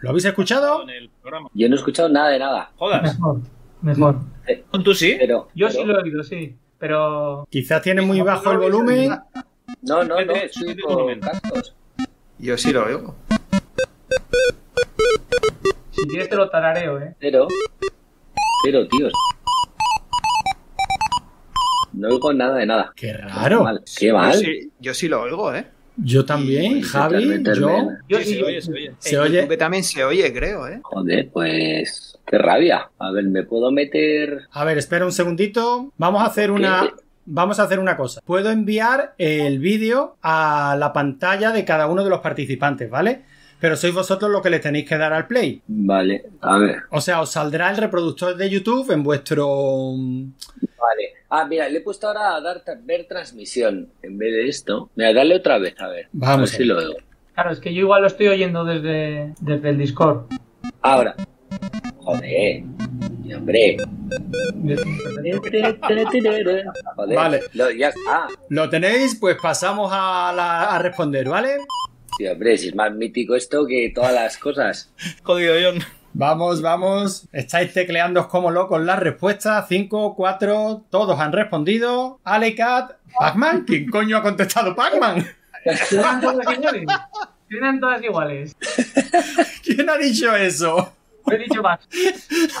¿Lo habéis escuchado?
Con el programa.
Yo no he escuchado nada de nada.
Jodas.
Mejor, mejor.
Con tú sí.
Pero,
Yo
pero-
sí lo he oído, sí. Pero
Quizás tiene muy bajo el volumen.
No, no, no,
Vete,
soy
vete
con
volumen.
cascos.
Yo sí lo oigo.
si quieres te lo tarareo, ¿eh?
Pero, pero, tíos. No oigo nada de nada.
Qué raro.
Mal, Qué mal.
Yo sí, yo sí lo oigo, ¿eh?
Yo también, Javi,
Meterme
yo.
en-
Yo
Sí,
sí,
se
yo
oye,
sí.
se oye.
Se
En
oye.
YouTube también se oye, creo, ¿eh?
Joder, pues. Qué rabia. A ver, ¿me puedo meter?
A ver, espera un segundito. Vamos a hacer una. Vamos a hacer una cosa. Puedo enviar el vídeo a la pantalla de cada uno de los participantes, ¿vale? Pero sois vosotros los que le tenéis que dar al play.
Vale, a ver.
O sea, os saldrá el reproductor de YouTube en vuestro. mm,
Vale. Ah, mira, le he puesto ahora a dar, ver transmisión en vez de esto. Mira, dale otra vez, a ver.
Vamos
A ver
a
si
ver.
lo veo.
Claro, es que yo igual lo estoy oyendo desde, desde el Discord.
Ahora. Joder. Sí, Hombre.
¿Eh?
Joder.
Vale.
Lo- ya está.
Lo tenéis, pues pasamos a, la- a responder, ¿vale?
Sí, hombre, si es más mítico esto que todas las cosas.
Jodido John.
Vamos, vamos. Estáis tecleando como locos las respuestas. 5, 4, todos han respondido. Alecat, Pac-Man. ¿Quién coño ha contestado Pac-Man?
Suenan todas iguales. Suenan todas iguales.
¿Quién ha dicho eso?
Lo he dicho más.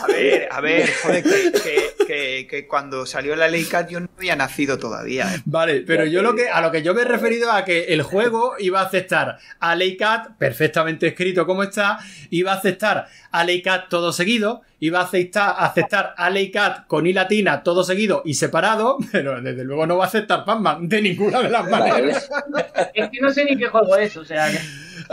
A ver, a ver, joder, que, que- que- que cuando salió la ley Cat yo no había nacido todavía, ¿eh?
Vale, pero
Ya
yo
te
lo que
digo.
a lo que yo me he referido a que el juego iba a aceptar a Leicat, perfectamente escrito como está, iba a aceptar a Leicat todo seguido, iba a aceptar, aceptar a Leicat con I latina todo seguido y separado, pero desde luego no va a aceptar Pac-Man de ninguna de las maneras.
Es que no sé ni qué juego es, o sea. que-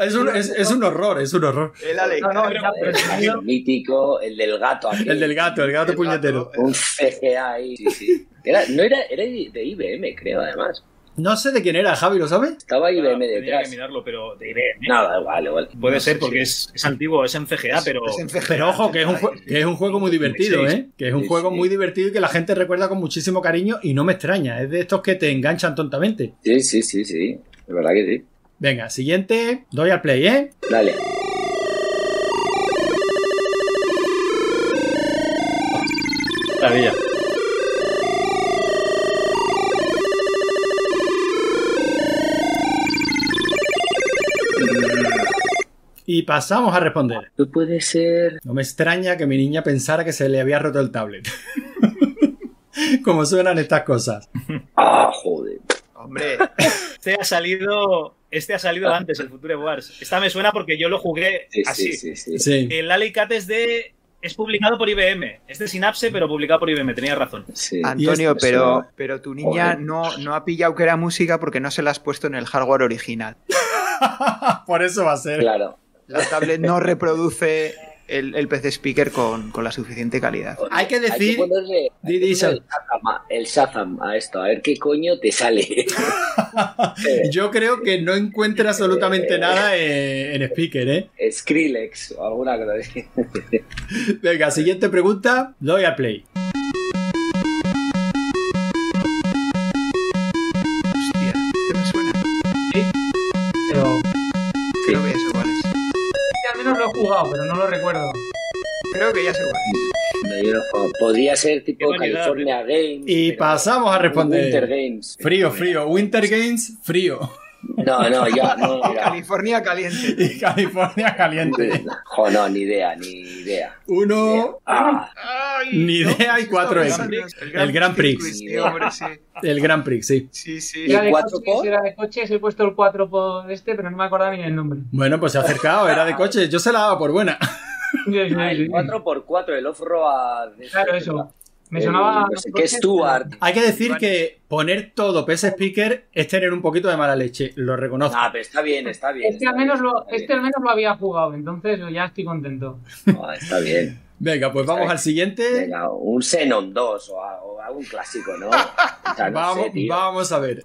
Es un, es- es un horror, es un horror.
Es la ley
No, no,
Cat.
ya, pero
El
el sonido-
mítico, el del gato aquí.
El del gato, el gato
El
puñetero.
gato,
Un CGI ahí, sí, sí. Era, no era, era de IBM, creo, además.
No sé de quién era, Javi, ¿lo sabes?
Estaba IBM
Tenía que
detrás.
mirarlo, pero te diré. ¿eh?
Nada, vale, vale.
Puede
No sé
ser porque es, es antiguo, es en CGA, pero.
es en CGI,
Pero ojo, que es un, jue- que es un juego muy divertido, ¿eh? Que es un
Sí,
juego
sí.
muy divertido y que la gente recuerda con muchísimo cariño y no me extraña. Es de estos que te enganchan tontamente.
Sí, sí, sí, sí. De verdad que sí.
Venga, siguiente. Doy al play, ¿eh?
Dale.
Maravilla.
Y pasamos a responder.
No puede ser.
No me extraña que mi niña pensara que se le había roto el tablet. Como suenan estas cosas.
Ah, joder.
Hombre,
Este ha salido. Este ha salido antes, el Future Wars. Esta me suena porque yo lo jugué
Sí,
así.
sí, sí, sí.
Sí.
El Alicat es de. Es publicado por IBM. Es de Synapse, pero publicado por IBM. Tenía razón.
Sí.
Antonio,
Eso-
pero, pero tu niña
Joder.
no, no ha pillado que era música porque no se la has puesto en el hardware original.
Por eso va a ser.
Claro.
La tablet no reproduce el, el PC Speaker con, con la suficiente calidad.
Hay que
Hay
decir...
que ponerle, hay
Di-
que
di-
ponerle el, Shazam a, el Shazam a esto, a ver qué coño te sale. Eh,
Yo creo que no encuentra absolutamente nada eh, en speaker, ¿eh?
Skrillex o alguna cosa así.
Venga, siguiente pregunta. Doy al play.
Hostia, ¿qué me suena?
Pero.
Creo que ya sé cuál es.
sí, al menos lo he jugado, pero no lo recuerdo.
Creo que ya sé cuál es.
No, yo no juego. Podría ser tipo
Qué vanidad,
California Games.
Y
pero-
pasamos a
Winter
responder.
Games.
Frío, frío. Winter Games, frío.
No, no, ya, no, mira.
California caliente.
Y California caliente.
Jo, no, ni idea, ni idea.
Uno,
Ah,
Ni idea, hay cuatro
El
X.
Gran Prix.
El Gran Prix.
Sí, hombre, sí.
el Grand Prix, sí.
Sí, sí.
¿Y
Era de,
cuatro
coches,
por?
era de coches, he puesto el 4 por este, pero no me acordaba ni del nombre.
Bueno, pues se ha acercado, era de coche. Yo se la daba por buena.
Sí, sí,
ah,
sí.
el 4x4, el off-road.
Claro, eso. Me
El-
sonaba.
Eh,
este
no sé qué, Stuart.
Hay que decir que poner todo PS Speaker es tener un poquito de mala leche, lo reconozco.
Ah, pero está bien, está bien.
Este
está
al, menos
bien,
lo,
está
este al menos lo había jugado, entonces ya estoy contento.
bien. Ah, está bien.
Venga, pues vamos
Venga.
al siguiente.
Venga, un Xenon 2 o, a- o algún clásico, ¿no? O sea, no
vamos,
sé, tío.
vamos a ver.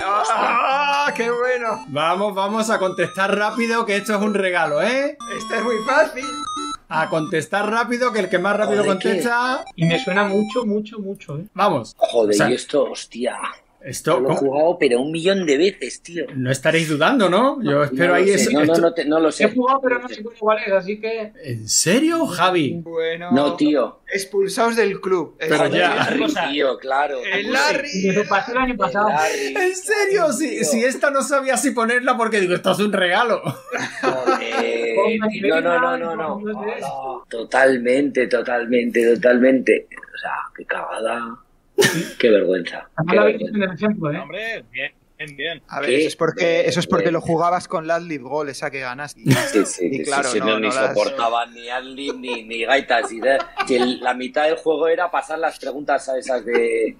¡Ah, qué bueno!
Vamos, vamos a contestar rápido que esto es un regalo, ¿eh?
Este es muy fácil.
A contestar rápido que el que más rápido
Joder, ¿qué?
contesta.
Y me suena mucho, mucho, mucho, ¿eh?
Vamos.
Joder,
O sea,
y esto, hostia.
Esto.
lo he
¿cómo?
jugado, pero un millón de veces, tío.
No estaréis dudando, ¿no? Yo espero
no
ahí
lo sé,
eso.
no, no,
esto-
no, te- no lo sé.
He jugado, pero no sé cuál es, así que.
¿En serio, Javi?
Bueno.
No, tío.
Expulsados del club.
Pero
Expulsados
ya.
El
del club.
Larry, tío, claro.
El
Sí,
Larry.
Me lo pasé el año
el
Eh, pasado.
Larry.
¿En serio? Si,
Tío,
si esta no sabía si ponerla porque digo, esto es un regalo.
joder.
Ponme
No, no, no, no, no. Hola. Totalmente, totalmente, totalmente. O sea, qué cagada. Qué vergüenza.
Además
Qué
lo habéis visto
vergüenza.
en el ejemplo, ¿eh?
Hombre, bien, bien, bien.
A ver,
¿Qué?
eso es porque, eso es porque
Bien.
lo jugabas con la Adlib Gol, esa que ganaste.
Sí, sí,
Y
sí,
claro,
sí,
no,
no,
no
ni
las-
soportaban ni Adli ni, ni gaitas. Y de- si el- la mitad del juego era pasar las preguntas a esas de.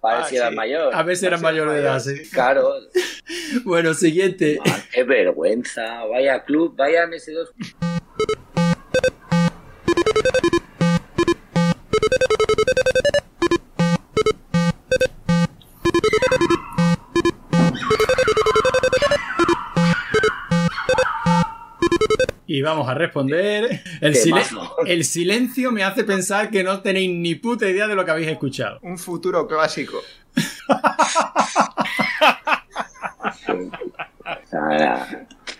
para
Ah,
ver si eras
sí.
mayor.
A ver si eras mayor de edad, sí.
Claro,
Bueno, siguiente.
ah, qué vergüenza. Vaya club, vaya MS2.
Y vamos a responder. El,
Temazo.
silen- el silencio me hace pensar que no tenéis ni puta idea de lo que habéis escuchado.
Un futuro clásico.
Ah,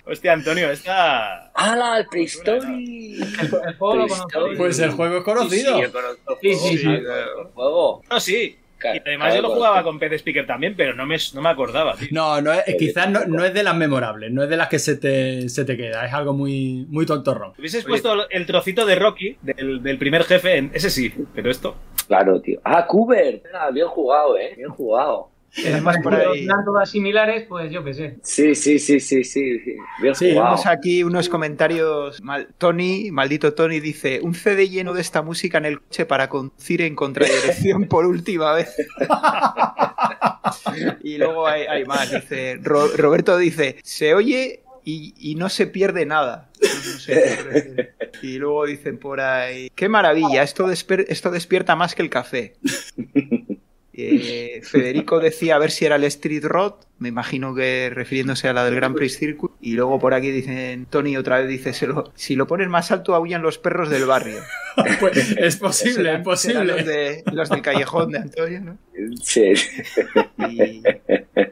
Hostia, Antonio, esta.
¡Hala, el
Pues
prehistory!
El, el juego lo conozco.
Pues el juego es conocido.
Sí, sí, yo conozco el
Sí,
juego,
sí, sí.
conozco el juego.
No, sí. Y
Claro,
además yo
claro,
lo jugaba
conozco.
con PC Speaker también, pero no me, no me acordaba, tío.
No, no es,
Oye,
quizás no,
tampoco.
no es de las memorables, no es de las que se te, se te queda, es algo muy, muy tontorrón.
Hubieses puesto el trocito de Rocky, del, del primer jefe, en... ese sí, pero esto.
Claro, tío. ¡Ah, Cooper! Ah, Bien jugado, eh. Bien jugado.
Además, por ahí
Eran todas similares, pues yo qué sé.
Sí, sí, sí, sí, sí. sí. Bien
Sí,
jugado.
tenemos aquí unos comentarios. mal- Tony, maldito Tony, dice: Un CD lleno de esta música en el coche para conducir en contradirección por última vez. y luego hay, hay más. Dice: Ro- Roberto dice: Se oye. Y, y no se pierde nada. No sé a qué se refiere. y luego dicen por ahí, qué maravilla, esto, desper- esto despierta más que el café. Eh, Federico decía a ver si era el Street Rod, me imagino que refiriéndose a la del Grand Prix Circuit. Y luego por aquí dicen, Tony otra vez dice, "Se lo- si lo pones más alto aullan los perros del barrio.
Pues, es posible, es
Serán
posible.
Los, de- los del callejón de Antonio, ¿no?
Sí.
Y,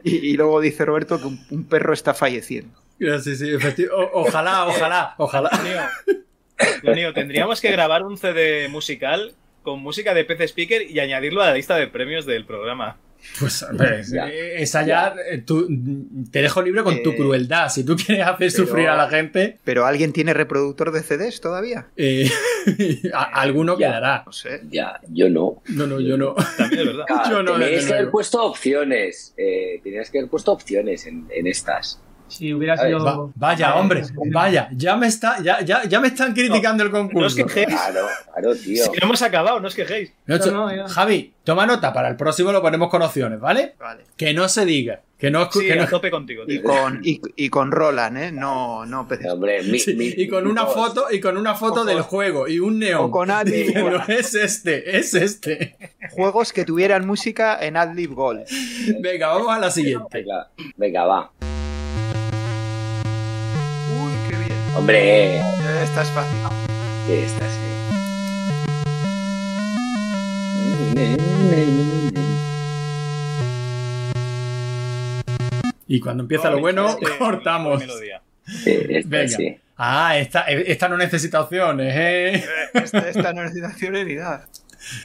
y- y luego dice Roberto que un, un perro está falleciendo.
Sí, sí, efecti- o- ojalá, ojalá, ojalá.
Antonio, Antonio, tendríamos que grabar un CD musical con música de PC Speaker y añadirlo a la lista de premios del programa.
Pues hombre,
Ya.
eh, esa ya, eh, tú, mm, te dejo libre con tu
Eh,
crueldad. Si tú quieres hacer
pero-
sufrir a la gente,
¿Pero alguien tiene reproductor de CDs todavía?
eh, a- alguno
Ya.
quedará.
No sé.
Ya, yo no.
No, no, yo no.
También es verdad.
Claro,
Yo no,
tenías
desde
que haber
luego.
puesto opciones. Eh, tenías que haber puesto opciones en, en estas.
Si hubiera
Ay,
sido.
Va-
Eh,
vaya, hombre, vaya, ya me está, ya, ya, ya me están criticando el
No os
concurso.
quejéis.
Claro, claro, tío.
Si no hemos acabado, no os quejéis.
No, cho-
No, no, ya.
Javi, toma nota, para el próximo lo ponemos con opciones, ¿vale?
Vale.
Que no se diga, que no, escu-
Sí,
que no-
a tope contigo,
Y
tío.
con, y, y con Roland, ¿eh? No, no PC.
Hombre, mi-
Sí,
mi-
y con
mi
una
voz.
foto y con una foto
O con-
del juego y un neón
o con Adlib.
diciendo, es este es este
Juegos que tuvieran música en Adlib Gold.
venga vamos a la siguiente
Venga, venga, va.
Uy, qué bien.
Hombre, eh,
Esta es fácil.
esta sí.
y cuando empieza lo bueno cortamos
este, Melodía.
Sí, esta
Venga.
sí.
ah esta, esta no necesita opciones ¿eh?
Esta, Este, esta no necesita acciones ni nada.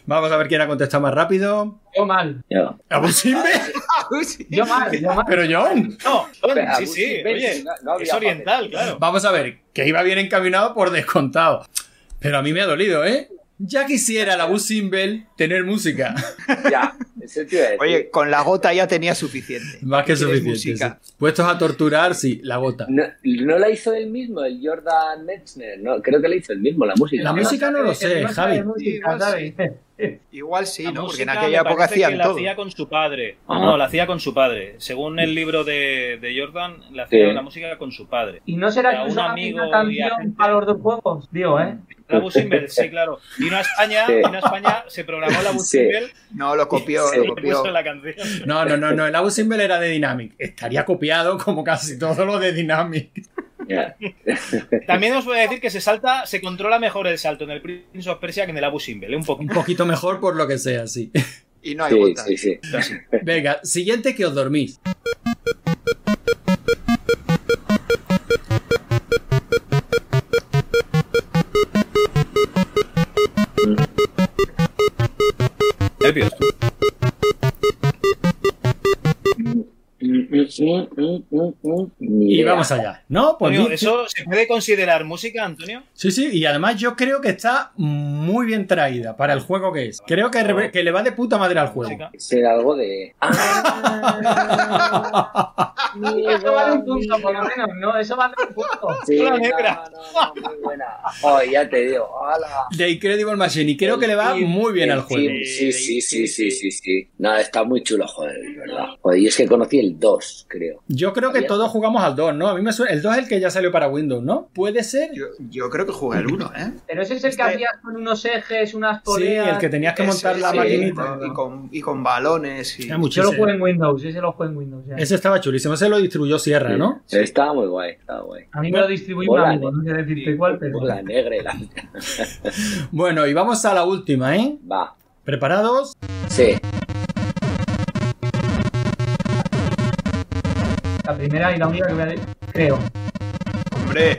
vamos a ver quién ha contestado más rápido
Yo mal.
Yo.
Abusimbe
Ah,
Yo mal, yo mal.
pero John
No,
Espera,
sí, sí,
Agustín, ven, si
oye,
no- no había
es oriental, claro.
vamos a ver que iba bien encaminado por descontado pero a mí me ha dolido eh Ya quisiera la Bus Simbel tener música.
Ya, eso te iba a decir.
Oye, con la gota ya tenía suficiente.
Más que
¿Quieres
suficiente.
música?
sí. Puestos a torturar, sí, la gota.
No, no la hizo él mismo, el Jordan Metzner. No, creo que la hizo él mismo, la música.
La
¿no?
música no lo sé, Javi.
¿sabes?
Igual sí,
La
¿no? Porque en
música
aquella
me
época
parece
hacían
que la
todo.
hacía con su padre.
Ajá.
No, la hacía con su padre. Según el libro de, de Jordan, la hacía
Sí.
la música con su padre.
¿Y no será
A
que
un
usaban
amigo
una
y a
canción
gente.
para los dos juegos? Digo, ¿eh?
La Busimbel, sí, claro. Vino a España,
Sí.
vino a España, se programó la Busimbel
No, lo copió,
y
lo
le
copió.
puso la canción.
No, no, no, no. El Abu Simbel era de Dynamic. Estaría copiado como casi todo lo de Dynamic.
Ya.
También os voy a decir que se salta, se controla mejor el salto en el Prince of Persia que en el Abu Simbel, ¿eh? un
Un
poquito.
poquito mejor por lo que sea, sí.
Y no hay
Sí,
gota.
sí, sí.
Venga, siguiente que os dormís.
Nervios.
Y
Mm, Y
vamos allá. No, pues
Antonio,
dice-
¿eso se puede considerar música, Antonio?
Sí, sí, y además yo creo que está muy bien traída para el juego que es. Creo que, re- que le va de puta madre al juego.
Música.
Será algo de. ah,
Eso vale un punto, por lo menos, ¿no? Eso vale un punto.
Sí,
Hola,
no,
negra.
no, no, muy buena. Oh, ya te digo. Hola.
De Incredible Machine, y creo que le va
Sí,
muy bien
sí,
al juego.
Sí, sí, sí, sí, sí, sí. No, está muy chulo, joder, de verdad. Joder, yo es que conocí el 2, creo.
Yo creo que
Había-
todos jugamos al 2, ¿no? A mí me suena. El 2 es el que ya salió para Windows, ¿no? Puede ser.
Yo, yo creo que jugué al uno, ¿eh?
Pero ese es el que
Este-
hacías con unos ejes, unas
Sí,
poleas.
el que tenías que montar
Ese,
la
sí,
maquinita.
Y con, y con balones. Y...
Era
Yo
muchísimo.
lo juego en Windows, ese lo juego en Windows. ya.
Ese estaba chulísimo. Ese lo distribuyó Sierra, ¿no?
Sí, Estaba muy guay, estaba guay.
A mí me lo distribuye un
Hola,
amigo, no sé decirte cuál, pero.
La negra y la...
Bueno, y vamos a la última, ¿eh?
Va.
¿Preparados?
Sí.
La primera y la única que voy a decir, creo.
Hombre,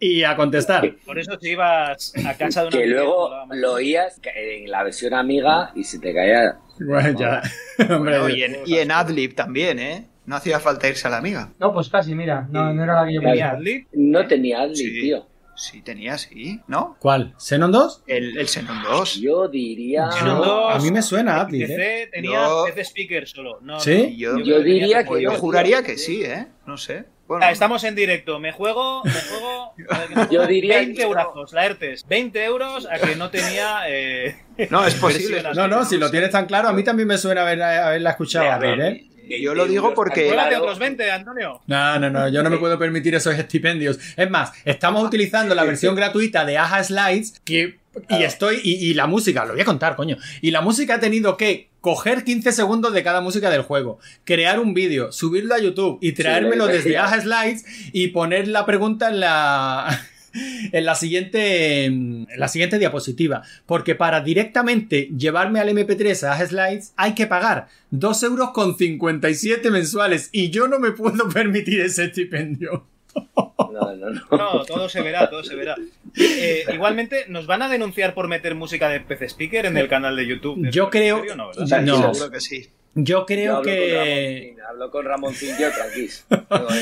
Y a contestar.
Por eso te ibas a casa de una
Que
amiga
luego
molaba más.
lo oías en la versión amiga y se te caía.
Bueno, ya. Hombre,
bueno, y, en, y en Adlib también, ¿eh? No hacía falta irse a la amiga.
No, pues casi, mira. No, no era la que yo
Tenía
quería.
Adlib,
No tenía Adli,
¿Eh? Sí.
tío.
Sí, tenía, sí, ¿no?
¿Cuál? ¿Xenon 2?
El, el Xenon 2.
Yo diría.
Xenon
Yo-
dos.
a mí me suena Atlas, ¿eh?
PC, tenía
No.
PC Speaker solo. No,
¿Sí?
no,
Yo-
creo
yo
tenía
diría
PC
que
Pues yo
Speaker.
juraría que sí, ¿eh? No sé. Bueno,
Ah, Estamos en directo. Me juego, me juego. a ver qué me
Yo
juego.
diría
20
que no.
euros, la ERTES. 20 euros a que no tenía. eh,
no, es posible.
Versiones.
No, no, si lo tienes tan claro, a mí también me suena haber- haberla escuchado. A ver, ¿eh?
Yo lo digo porque-
Claro.
Cóbrate otros 20, Antonio.
No, no, no, yo no me puedo permitir esos estipendios. Es más, estamos utilizando la versión gratuita de Aja Slides que, y estoy. Y, y la música, lo voy a contar, coño. Y la música ha tenido que coger 15 segundos de cada música del juego, crear un vídeo, subirlo a YouTube y traérmelo
lo que
desde
decía.
Aja Slides y poner la pregunta en la. En la siguiente. En la siguiente diapositiva. Porque para directamente llevarme al MP3 a Aja Slides hay que pagar 2 euros con 57 mensuales. Y yo no me puedo permitir ese estipendio.
No, no, no.
No, todo se verá, todo se verá. Eh, igualmente, nos van a denunciar por meter música de PC Speaker en el canal de YouTube.
Yo
¿En
creo-
serio? No, ¿verdad?
Ya,
No.
No.
Seguro que sí.
Yo
Yo
creo
hablo con
que.
Ramoncín, hablo con Ramoncín yo, tranquis.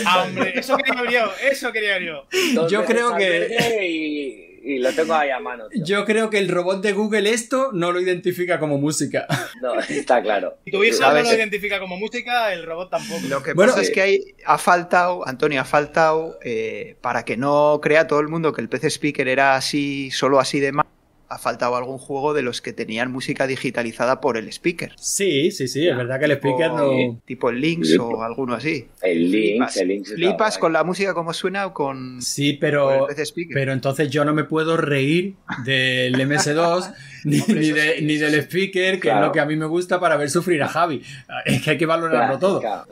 Ah, hombre, eso quería yo, eso quería yo.
Dos
yo
veces
creo
al
que-
verde Y, y lo tengo ahí a mano. tío.
Yo creo que el robot de Google esto no lo identifica como música.
No, está claro.
Si tu hija
A
no
ver,
lo
sí.
identifica como música, el robot tampoco.
Lo que
Bueno,
pasa es
eh,
que hay, ha faltado, Antonio, ha faltado, eh, para que no crea todo el mundo que el PC Speaker era así, solo así de mal, ha faltado algún juego de los que tenían música digitalizada por el speaker.
Sí, sí, sí, es verdad que el speaker
O
no.
tipo el Lynx
Sí.
o alguno así.
El link,
Flipas.
el link. está
Flipas
guay.
con la música como suena o con,
Sí,
con el
pero.
PC Speaker.
Pero entonces yo no me puedo reír del MS2 ni,
Hombre,
ni
eso
de-
sí,
ni
eso
del
sí.
speaker, que es
Claro.
lo que a mí me gusta para ver sufrir a Javi. Es que hay que
Claro,
valorarlo todo.
claro.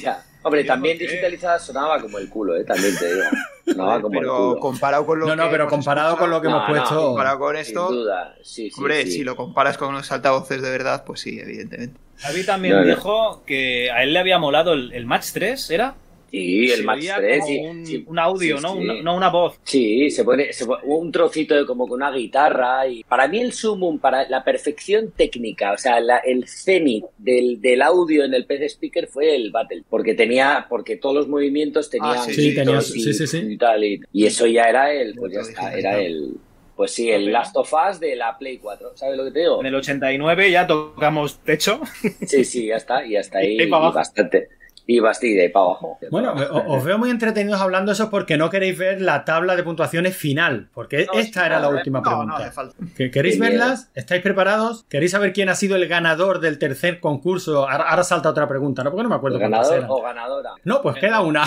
Ya. Hombre, también digitalizada sonaba como el culo, ¿eh? También te digo. Sonaba como el
Pero
culo.
comparado con lo
No,
que
no, pero
hemos
comparado con lo que
No,
hemos
no,
puesto.
comparado con
Sin
esto,
duda, sí, sí.
hombre,
sí.
si lo comparas con los altavoces de verdad, pues sí, evidentemente.
David también
No, no.
dijo que a él le había molado el, el Match 3, ¿era?
Sí, el
Se
Max
oía
3.
como
sí,
un,
sí.
un audio,
Sí,
¿no?
sí.
Una- no una voz.
Sí, se pone, se pone un trocito de como con una guitarra y para mí el sumum, para la perfección técnica, o sea, la- el cenit del, del audio en el PC Speaker fue el Battle, porque tenía, porque todos los movimientos tenían
sí,
sí, tenía-
gritos y,
sí, sí, sí.
y tal y, y eso ya era el, pues ya
Lo
está,
original,
era
¿no?
el, pues sí, el Last of Us de la Play 4, ¿sabes lo que te digo?
En el 89 ya tocamos techo.
Sí, sí, ya está, y hasta ahí
Y pa' abajo.
bastante, y bastante, y de ahí para abajo.
Bueno, o- os veo muy entretenidos hablando eso porque no queréis ver la tabla de puntuaciones final, porque
No,
esta
sí,
era
no,
la
no,
última
no, no eh.
pregunta.
hace falta.
¿Que- ¿Queréis
Qué miedo.
verlas? ¿Estáis preparados? ¿Queréis saber quién ha sido el ganador del tercer concurso? Ahora, ahora salta otra pregunta, ¿no? Porque no me acuerdo cuántas
ganador
eran.
o ganadora.
No, pues queda una.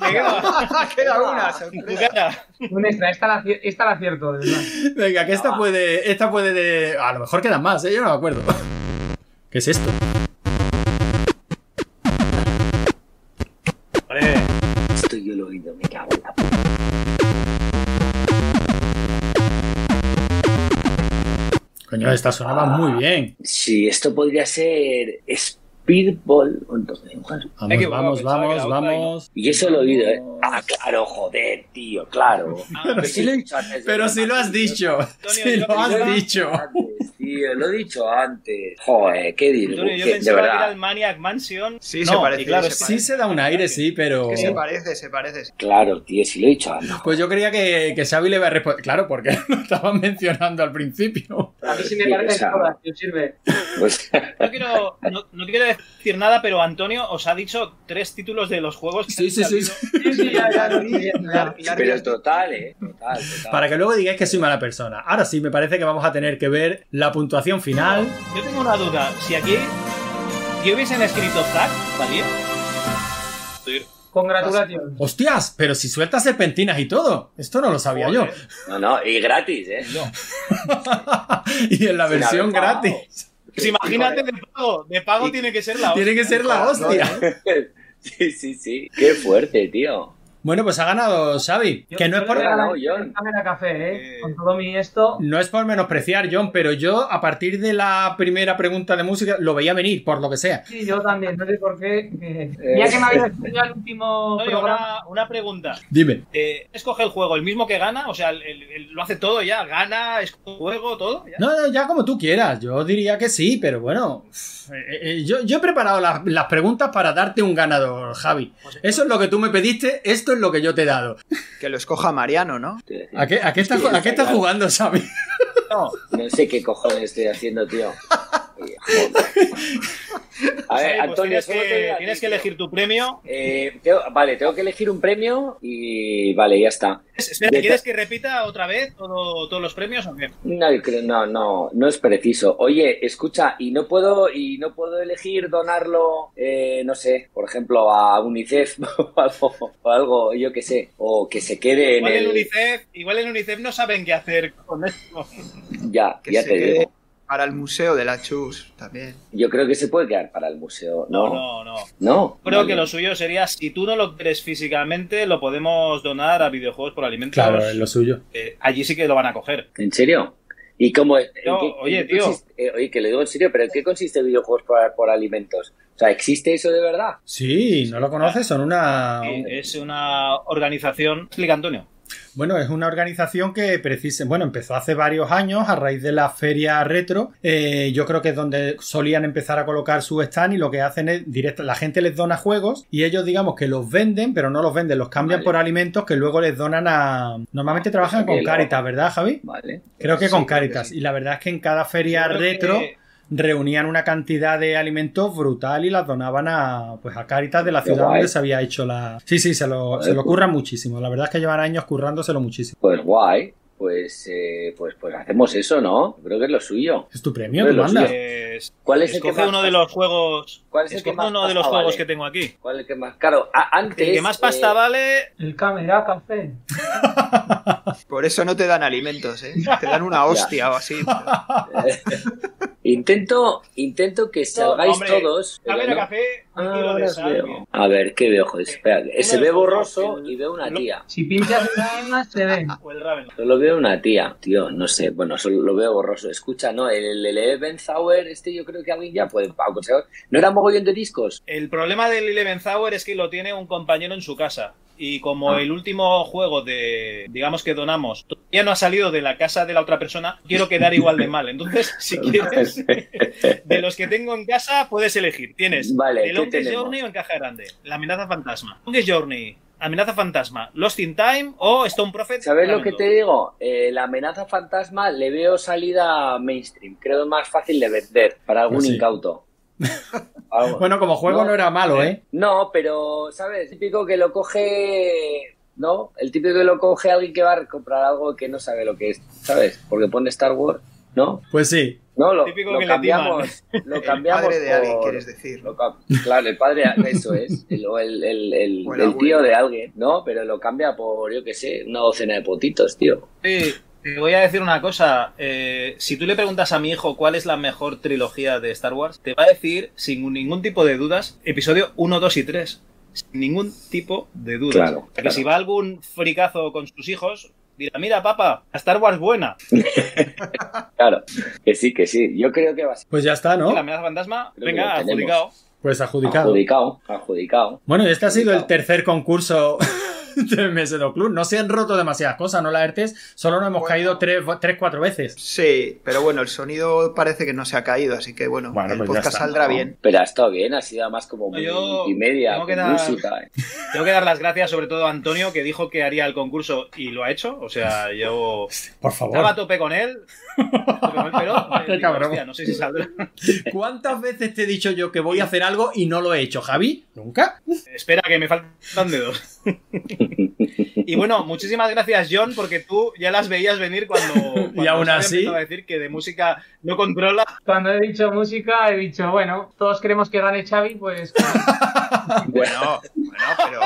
Me queda
Queda una,
tu
sorpresa.
cara.
Un extra, esta la, aci- esta la acierto, de verdad.
Venga, que
Ah.
esta
va.
puede. Esta puede de. A lo mejor quedan más, ¿eh? Yo no me acuerdo. ¿Qué es esto?
Hombre,
Esto yo lo he oído, me cago en la puta.
Coño, esta sonaba
Ah.
muy bien.
Sí, esto podría ser Speedball.
Vamos,
Me he equivocado,
vamos,
pensaba que
vamos,
era otra y no.
vamos.
Y eso lo he oído, ¿eh? Ah, claro, joder, tío, claro.
pero
sí lo he dicho antes.
Ah, Pero si lo has dicho, si
yo
lo has
pensaba-
dicho.
Antes, tío, lo he dicho antes. Joder, qué digo.
Antonio, yo
que- De
pensaba que era
verdad.
el Maniac Mansion.
Sí,
No,
se parece.
y claro,
se
Pues Sí
parece.
se da un aire, sí, pero.
Que se parece, se parece.
Claro, tío, si lo he dicho antes.
Pues yo creía que, que Xavi le iba a responder. Claro, porque lo estaban mencionando al principio.
A mí sí
Sí,
me parecen
esa.
todas, tío, sirve.
Pues,
No quiero, no, no quiero decir nada, pero Antonio os ha dicho tres títulos de los juegos. que
Sí,
han
sí, sí,
salido.
Sí, sí, ya, ya, lo vi, ya.
pero total, ¿eh? Total, total.
Para que luego digáis que soy mala persona. Ahora sí, me parece que vamos a tener que ver la puntuación final.
Yo tengo una duda. Si aquí yo hubiesen escrito Zack, ¿valía?
Congratulaciones.
¡Hostias! Pero si sueltas serpentinas y todo. Esto no lo sabía
Joder.
yo.
No, no, y gratis, ¿eh?
Y en la
Sin
versión
haber pagado.
gratis.
Pues imagínate de pago. De pago tiene que ser la
Tiene que ser la hostia.
¿eh? Sí, sí, sí. Qué fuerte, tío.
Bueno, pues ha ganado Xavi.
Yo-
Que no es
yo
por
le
ganado,
regalé
John.
cámara café, ¿eh?
Eh.
Con todo mi esto.
No es por menospreciar, John, pero yo a partir de la primera pregunta de música lo veía venir, por lo que sea.
Sí, yo también, no sé por qué. eh, ya que me habéis enseñado el último
Antonio,
programa.
una, una pregunta.
Dime.
Eh, ¿Escoge el juego el mismo que gana? O sea, el- el- el- lo hace todo ya. Gana, escoge el juego, todo. ya.
No, no, ya como tú quieras. Yo diría que sí, pero bueno. eh, eh, yo, yo he preparado las, las preguntas para darte un ganador, Javi. Eso es lo que tú me pediste, esto es lo que yo te he dado.
Que lo escoja Mariano, ¿no?
Te voy a decir.
¿A qué, a qué estás, a qué estás jugando, Xavi?
No,
No sé qué cojones estoy haciendo, tío. A
Xavi,
ver,
pues
Antonio,
tienes,
solo te digo
que,
a ti,
tienes que
tío.
elegir tu premio.
Eh, tengo- vale, tengo que elegir un premio y vale, ya está.
Espera,
De-
¿quieres que repita otra vez todo- todos los premios o qué?
No, creo- no, no, no es preciso. Oye, escucha, y no puedo, y no puedo elegir donarlo, eh, no sé, por ejemplo, a UNICEF o algo, o algo, yo qué sé, o que se quede en
Igual en,
el.
UNICEF, igual en UNICEF no saben qué hacer con esto.
Ya,
Que
ya
se
te
quede
digo.
para el museo de la Chus también.
Yo creo que se puede quedar para el museo, ¿no? No.
No, no. Creo
Vale.
que lo suyo sería, si tú no lo quieres físicamente, lo podemos donar a videojuegos por alimentos.
suyo.
Eh, allí sí que lo van a coger.
¿En serio? ¿Y cómo es? ¿En
No,
qué- en
oye,
qué
tío.
consiste- eh, oye, que lo digo en serio, pero ¿en qué consiste videojuegos por, por alimentos? O sea, ¿existe eso de verdad?
Sí, no lo conoces, son
Ah,
una.
Eh, es una organización. Explica, Antonio.
Bueno, es una organización que precisa, bueno, empezó hace varios años a raíz de la feria retro. Eh, yo creo que es donde solían empezar a colocar su stand y lo que hacen es directo, la gente les dona juegos y ellos digamos que los venden, pero no los venden, los cambian
Vale.
por alimentos que luego les donan a... Normalmente trabajan con
Bien, ¿no?
Caritas, ¿verdad, Javi?
Vale.
Creo que
Sí,
con
creo que
Caritas.
sí.
Y la verdad es que en cada feria
Yo creo
retro
que-
reunían una cantidad de alimentos brutal y las donaban a pues a Caritas de la
Qué
ciudad
guay.
donde se había hecho la. Sí, sí, se lo,
Joder,
se lo
pues.
curran muchísimo. La verdad es que llevan años currándoselo muchísimo.
Pues guay. Pues, eh, pues, pues hacemos eso, ¿no? Creo que es lo suyo.
Es tu premio,
Pues
tú
lo
mandas.
eh.
suyo.
Es-
¿Cuál es el que
Escoge
más
uno de los juegos.
¿Cuál es el que
Escoge
más
uno de los
pasta
juegos
vale?
que tengo aquí.
¿Cuál es el que más? Claro, a- antes.
El que más pasta
eh,
vale.
El cámara café.
Por eso no te dan alimentos, ¿eh? Te dan una hostia o así.
eh, intento, intento que salgáis
hombre,
todos.
A
pero
ver,
no.
café. Un
Ah,
kilo
ahora
de
os
sal.
veo. A ver, ¿qué veo? Joder, espera, que- se ve borroso y veo una tía.
Si pinchas en la misma, se ven.
O el ramen.
Solo veo una tía, tío, no sé, bueno, solo lo veo borroso. Escucha, no, el, el, Ben Sauer, este yo creo que alguien ya puede pa- o sea, ¿No era mogollón de discos?
El problema del Eleven Hour es que lo tiene un compañero en su casa. Y como
Ah.
el último juego de, digamos que donamos, todavía no ha salido de la casa de la otra persona, quiero quedar igual de mal. Entonces, si quieres, de los que tengo en casa, puedes elegir. Tienes
Vale,
The
¿qué
Longest
tenemos?
Journey o Encaja Grande, La Amenaza Fantasma. Longest Journey, Amenaza Fantasma, Lost in Time o Stone Prophet.
¿Sabes lo que
Lamento.
te digo? Eh, la amenaza fantasma le veo salida mainstream, creo más fácil de vender para algún
Pues sí.
incauto. Algo.
Bueno, como juego no,
No.
era malo, ¿eh?
No, pero, ¿sabes? El típico que lo coge. ¿No? El típico que lo coge alguien que va a comprar algo que no sabe lo que es, ¿sabes? Porque pone Star Wars, ¿no?
Pues sí.
No, lo,
Típico
lo
que le
cambiamos. Lo cambiamos.
Padre de alguien,
por-
quieres decir.
lo cam- claro, el padre, eso es. El, o el, el, el-
O el
el
abuelo.
tío de alguien, ¿no? Pero lo cambia por, yo qué sé, una docena de potitos, tío.
Sí, te voy a decir una cosa. eh, si tú le preguntas a mi hijo cuál es la mejor trilogía de Star Wars, te va a decir, sin ningún tipo de dudas, episodio 1, 2 y 3. Sin ningún tipo de dudas.
Claro,
O sea,
claro.
Que si va algún fricazo con sus hijos, dirá, mira, papá, la Star Wars buena.
Claro, que sí, que sí. Yo creo que va a ser
Pues ya está,
La
¿no?
amenaza fantasma,
Creo que
venga,
lo tenemos.
adjudicado.
Pues adjudicado.
adjudicado. Adjudicado.
Bueno, y este ha sido el
Adjudicado.
tercer concurso de MS2 Club. No se han roto demasiadas cosas, ¿no, Laertes? Solo nos hemos
Bueno.
caído tres, tres, cuatro veces.
Sí, pero bueno, el sonido parece que no se ha caído, así que bueno,
Bueno,
el
pues ya
podcast
está,
saldrá
¿no?
bien.
Pero ha estado bien, ha sido además como
No,
muy
yo
multimedia,
tengo que
con
dar-
música. ¿eh?
Tengo que dar las gracias sobre todo a Antonio, que dijo que haría el concurso y lo ha hecho. O sea, yo
Por
estaba a
favor.
tope con él, a tope con él, pero eh,
Qué
digo,
cabrón.
"Hostia, no sé si saldrá.
¿Cuántas veces te he dicho yo que voy a hacer algo y no lo he hecho, Javi? ¿Nunca?
Espera, que me faltan dedos. y bueno, muchísimas gracias, John, porque tú ya las veías venir cuando. cuando
Y aún
Xavi
así-
empezó a decir que de música no controla.
Cuando he dicho música, he dicho, bueno, todos queremos que gane Xavi, pues
Bueno, bueno, pero,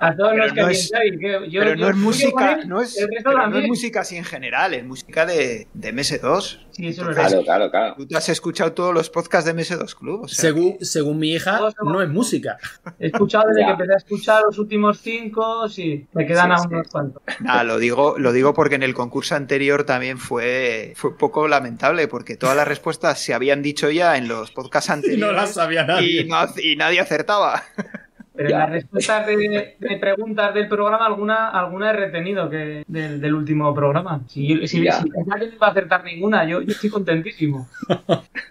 a todos
Pero
los que
no
viene
es-
Xavi. que yo-
pero
yo
no es
quiero
música,
poner
no es,
El resto
pero no es
también.
música así en general, es música de, de MS2.
Sí, eso es verdad.
Claro, claro, claro.
Tú te has escuchado todos los podcasts de MS2 Club. O sea,
Según, según mi hija,
Todos somos-
no es música.
He escuchado desde
Ya.
que empecé a escuchar los últimos cinco, sí, me quedan
Sí,
aún
sí.
unos cuantos.
Nada, Ah, lo digo, lo digo porque en el concurso anterior también fue, fue poco lamentable, porque todas las respuestas se habían dicho ya en los podcasts
¿eh? Y no la
anteriores
sabía nadie.
y, no- y nadie acertaba.
Pero
Ya.
en las respuestas de, de preguntas del programa, alguna, alguna he retenido que del, del último programa. Si, yo- si,
Ya.
si pensaba que no iba a acertar ninguna, yo, yo estoy contentísimo.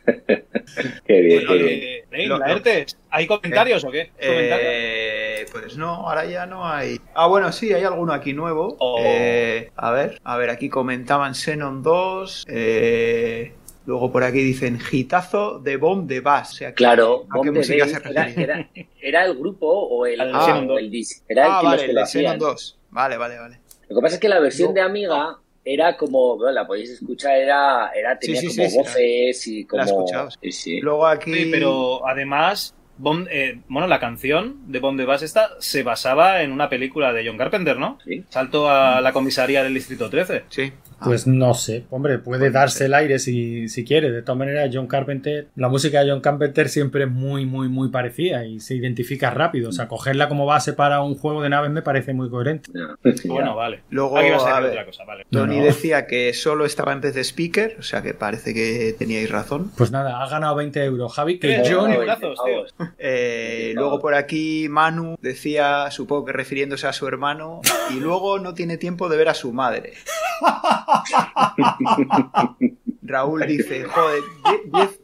Qué bien,
Bueno,
qué bien.
eh, Lein,
Lo-
Laerte, ¿Hay comentarios o qué? ¿Comentarios?
Eh, pues no, ahora ya no hay. Ah, bueno, sí, hay alguno aquí nuevo.
Oh.
Eh, a ver, a ver, aquí comentaban Xenon 2. eh, luego por aquí dicen Gitazo de Bomb de Bass. O sea, que-
Claro,
¿a qué
Bomb the
música
Bay
se
era,
refería?
era- era el grupo o el,
Al
o
Xenon
dos.
el disc. Era el
ah,
que los
vale,
que
el
lo
de Xenon
hacían.
2. Vale, vale, vale.
Lo que pasa es que la versión
No.
de Amiga era como, bueno, la podéis escuchar, era, era tenía
Sí, sí,
como
sí, sí,
voces y como.
he escuchado, sí.
sí, sí.
Luego aquí.
Sí, pero además. Bond- eh, bueno, la canción de Bond de Bass esta se basaba en una película de John Carpenter, ¿no?
Sí.
Salto a la comisaría del Distrito 13.
Sí. Ah,
Pues no sé, hombre, puede darse el aire si, si quiere. De todas maneras, John Carpenter, la música de John Carpenter siempre es muy, muy, muy parecida y se identifica rápido. O sea, cogerla como base para un juego de naves me parece muy coherente.
No.
Bueno, vale.
Luego,
Aquí vas a
a
decir
ver,
otra cosa, vale.
Tony
No.
decía que solo estaba en vez de speaker, o sea que parece que teníais razón.
Pues nada, ha ganado 20 euros. Javi,
Eh,
que
Bueno,
yo
Johnny,
veinte
brazos, tío.
pavos.
Eh,
Sí,
luego
claro.
por aquí Manu decía, supongo que refiriéndose a su hermano, y luego no tiene tiempo de ver a su madre. Raúl dice, joder, die- diez-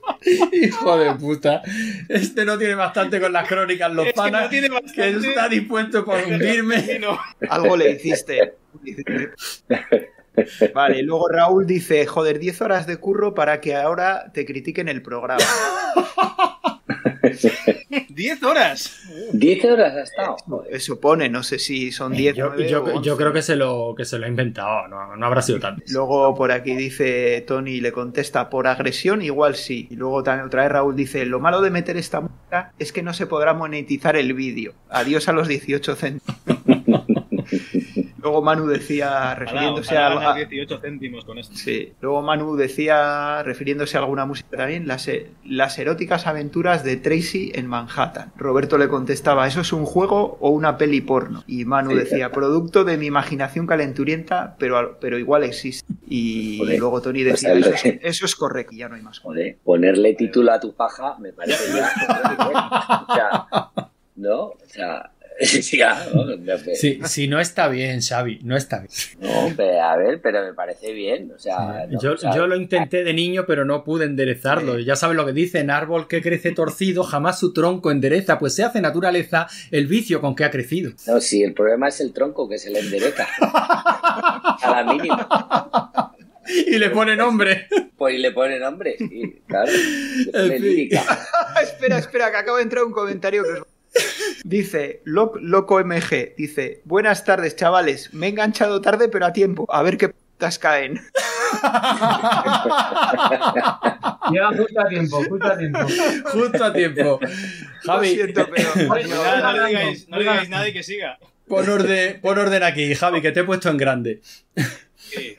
Hijo de puta. Este no tiene bastante con las crónicas, los
Es que no
panas.
tiene
Que
bastante-
está dispuesto por hundirme.
Sí, no.
algo le hiciste. Vale, luego Raúl dice, joder, 10 horas de curro para que ahora te critiquen el programa.
10 horas.
10 horas ha estado. Joder.
Eso pone, no sé si son 10
Eh, Yo,
nueve
yo-
o
yo
11.
creo que se lo, que se lo ha inventado, no, no habrá sido tanto.
Luego por aquí dice Tony, le contesta por agresión, igual sí. Y luego también otra vez Raúl dice, lo malo de meter esta música es que no se podrá monetizar el vídeo. Adiós a los 18 céntimos. Luego Manu decía, refiriéndose a, a-
18 céntimos con esto.
Sí. Luego Manu decía, refiriéndose a alguna música también, las, e- las eróticas aventuras de Tracy en Manhattan. Roberto le contestaba, ¿eso es un juego o una peli porno? Y Manu
Sí.
decía, producto de mi imaginación calenturienta, pero, al- pero igual existe. Y
Joder.
luego Tony decía,
Pues el
eso
de-
es, eso es correcto, y ya no hay más.
Joder, ponerle título a tu paja me parece ya. o sea, ¿no? O sea, ya, ¿no? Me-
Sí, si no está bien, Xavi, no está bien.
no, pero a ver, pero me parece bien. O sea, Ah, no,
Eh, yo,
o sea,
yo lo intenté de niño, pero no pude enderezarlo.
Sí.
Ya sabes lo que dicen, árbol que crece torcido, jamás su tronco endereza, pues se hace naturaleza el vicio con que ha crecido.
No, sí, el problema es el tronco que se le endereza. a la mínima.
Y le pone nombre.
Pues y le ponen nombre, sí, claro. Le ponen
fin.
lírica.
espera, espera, que acabo de entrar un comentario que os- Dice Loc- Loco MG, dice, buenas tardes chavales, me he enganchado tarde pero a tiempo, a ver qué putas caen.
Llega justo a tiempo, justo a tiempo.
Justo a tiempo.
Lo
Javi,
siento, pero...
Cuidado, no le
Oiga,
digáis, no le
oiga.
digáis nada y que siga.
pon orden, pon orden aquí, Javi, que te he puesto en grande.
Sí.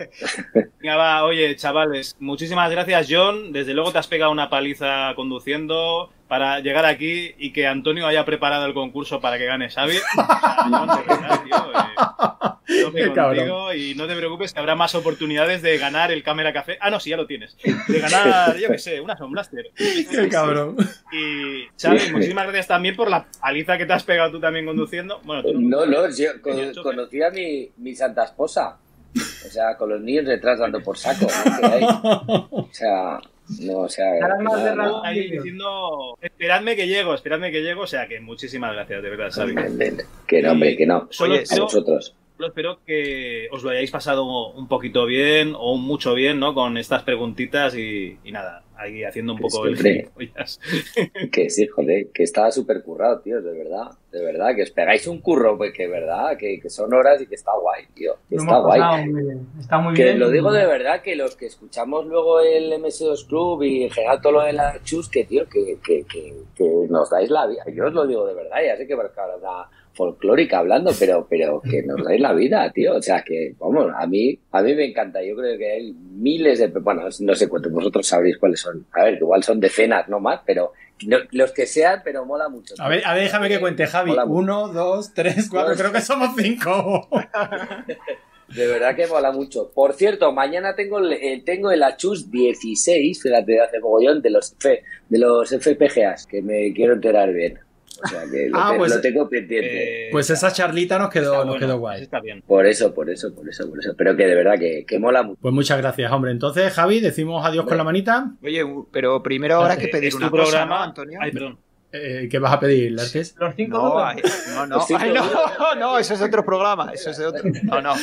Venga, va, oye, chavales, muchísimas gracias, John. Desde luego te has pegado una paliza conduciendo para llegar aquí y que Antonio haya preparado el concurso para que gane Xavi. O sea, John, de verdad, tío, eh, tope
Qué cabrón.
contigo y no te preocupes que habrá más oportunidades de ganar el Cámara Café. Ah, no, sí, ya lo tienes. De ganar, yo qué sé, una Sound Blaster.
Qué cabrón.
Y, Xavi, muchísimas gracias también por la paliza que te has pegado tú también conduciendo. Bueno, tú
No, no, yo con-
Yo-
conocí a mi, mi santa esposa. O sea, con los niños detrás dando por saco. ¿no? Que hay. O sea, no, o sea.
Estarán más
no,
de
no.
ahí diciendo, esperadme que llego, esperadme que llego, o sea que muchísimas gracias, de verdad, Xavi.
Ven, ven, ven. Que no, hombre, que no.
Solo
Oye,
A
espero,
vosotros.
solo espero que os lo hayáis pasado un poquito bien o mucho bien, ¿no? Con estas preguntitas y, y nada, ahí haciendo un
Que
poco el
siempre.
gilipollas.
Que sí, joder, que estaba súper currado, tío, de verdad. De verdad, que os pegáis un curro, pues que verdad, que, que son horas y que está guay, tío. Que
Lo
está
hemos
guay.
pasado muy bien. Está muy
Que
bien.
lo digo de verdad, que los que escuchamos luego el MS2 Club y en general todo lo de la chus, que tío, que, que, que, que nos dais la vida. Yo os lo digo de verdad, ya sé que la folclórica hablando, pero, pero que nos dais la vida, tío. O sea, que, vamos, a mí, a mí me encanta. Yo creo que hay miles de, bueno, no sé cuántos, vosotros sabréis cuáles son. A ver, que igual son decenas, no más, pero no- los que sean, pero mola mucho.
A ver, a ver, déjame que cuente, Javi.
Mola mucho.
Uno, dos, tres, cuatro, creo que somos cinco.
De verdad que mola mucho. Por cierto, mañana tengo el, eh, tengo el Achus 16, fíjate, hace mogollón, de los, F- de los FPGAs, que me quiero enterar bien. O sea, que lo,
Ah,
te-
pues,
lo tengo pendiente.
Eh,
Pues esa charlita nos quedó,
está
nos
bueno,
quedó guay.
Está bien.
Por eso, por eso, por eso, por eso. Pero que de verdad que, que mola mucho.
Pues muchas gracias, hombre. Entonces, Javi, decimos adiós con la manita.
Oye, pero primero ahora hay que
Eh,
pedir
es
una
tu
cosa,
programa,
¿no, Antonio?
Ay, perdón.
Eh, ¿Qué vas a pedir, Lartes?
Los cinco
no,
duros.
ay, no, no.
Los cinco
Ay, no,
duros.
no, eso es otro programa, eso es de otro. No, no.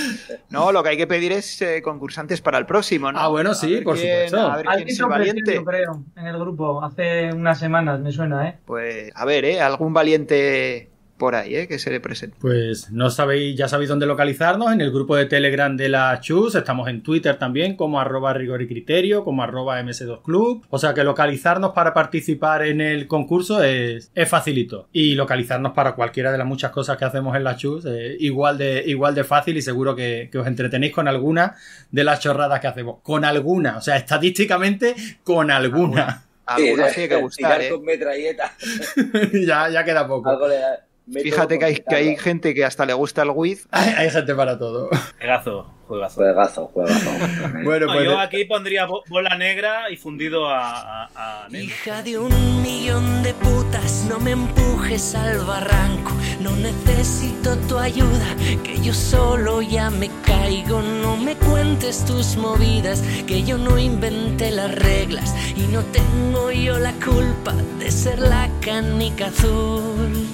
No, lo que hay que pedir es eh, concursantes para el próximo, ¿no?
Ah, bueno,
A
sí,
ver
por
quién-
supuesto.
A ver quién
Alguien
es
lo
el
ofreció,
valiente.
yo creo, en el grupo, hace unas semanas, me suena, ¿eh?
Pues, a ver, ¿eh? Algún valiente por ahí, ¿eh? Que se le presente.
Pues no sabéis, ya sabéis dónde localizarnos, en el grupo de Telegram de la Chus, estamos en Twitter también como arroba rigor y criterio, como arroba ms2club, o sea que localizarnos para participar en el concurso es, es facilito y localizarnos para cualquiera de las muchas cosas que hacemos en la Chus es igual de, igual de fácil y seguro que, que os entretenéis con alguna de las chorradas que hacemos, con alguna, o sea, estadísticamente con alguna,
Algunas
Sí,
tiene que
tirar
gustar, ¿eh?
con metralleta.
ya, ya queda poco,
Algo le da- me
Fíjate
tengo
que hay, que hay
complicado.
gente que hasta le gusta el Wiz.
hay, hay gente para todo.
Juegazo, juegazo.
Juegazo, juegazo.
Bueno,
No,
pues...
yo aquí pondría bo- bola negra y fundido a, a- a negro.
Hija de un millón de putas, no me empujes al barranco. No necesito tu ayuda, que yo solo ya me caigo. No me cuentes tus movidas, que yo no inventé las reglas. Y no tengo yo la culpa de ser la canica azul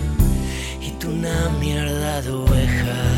y tú una mierda de oveja.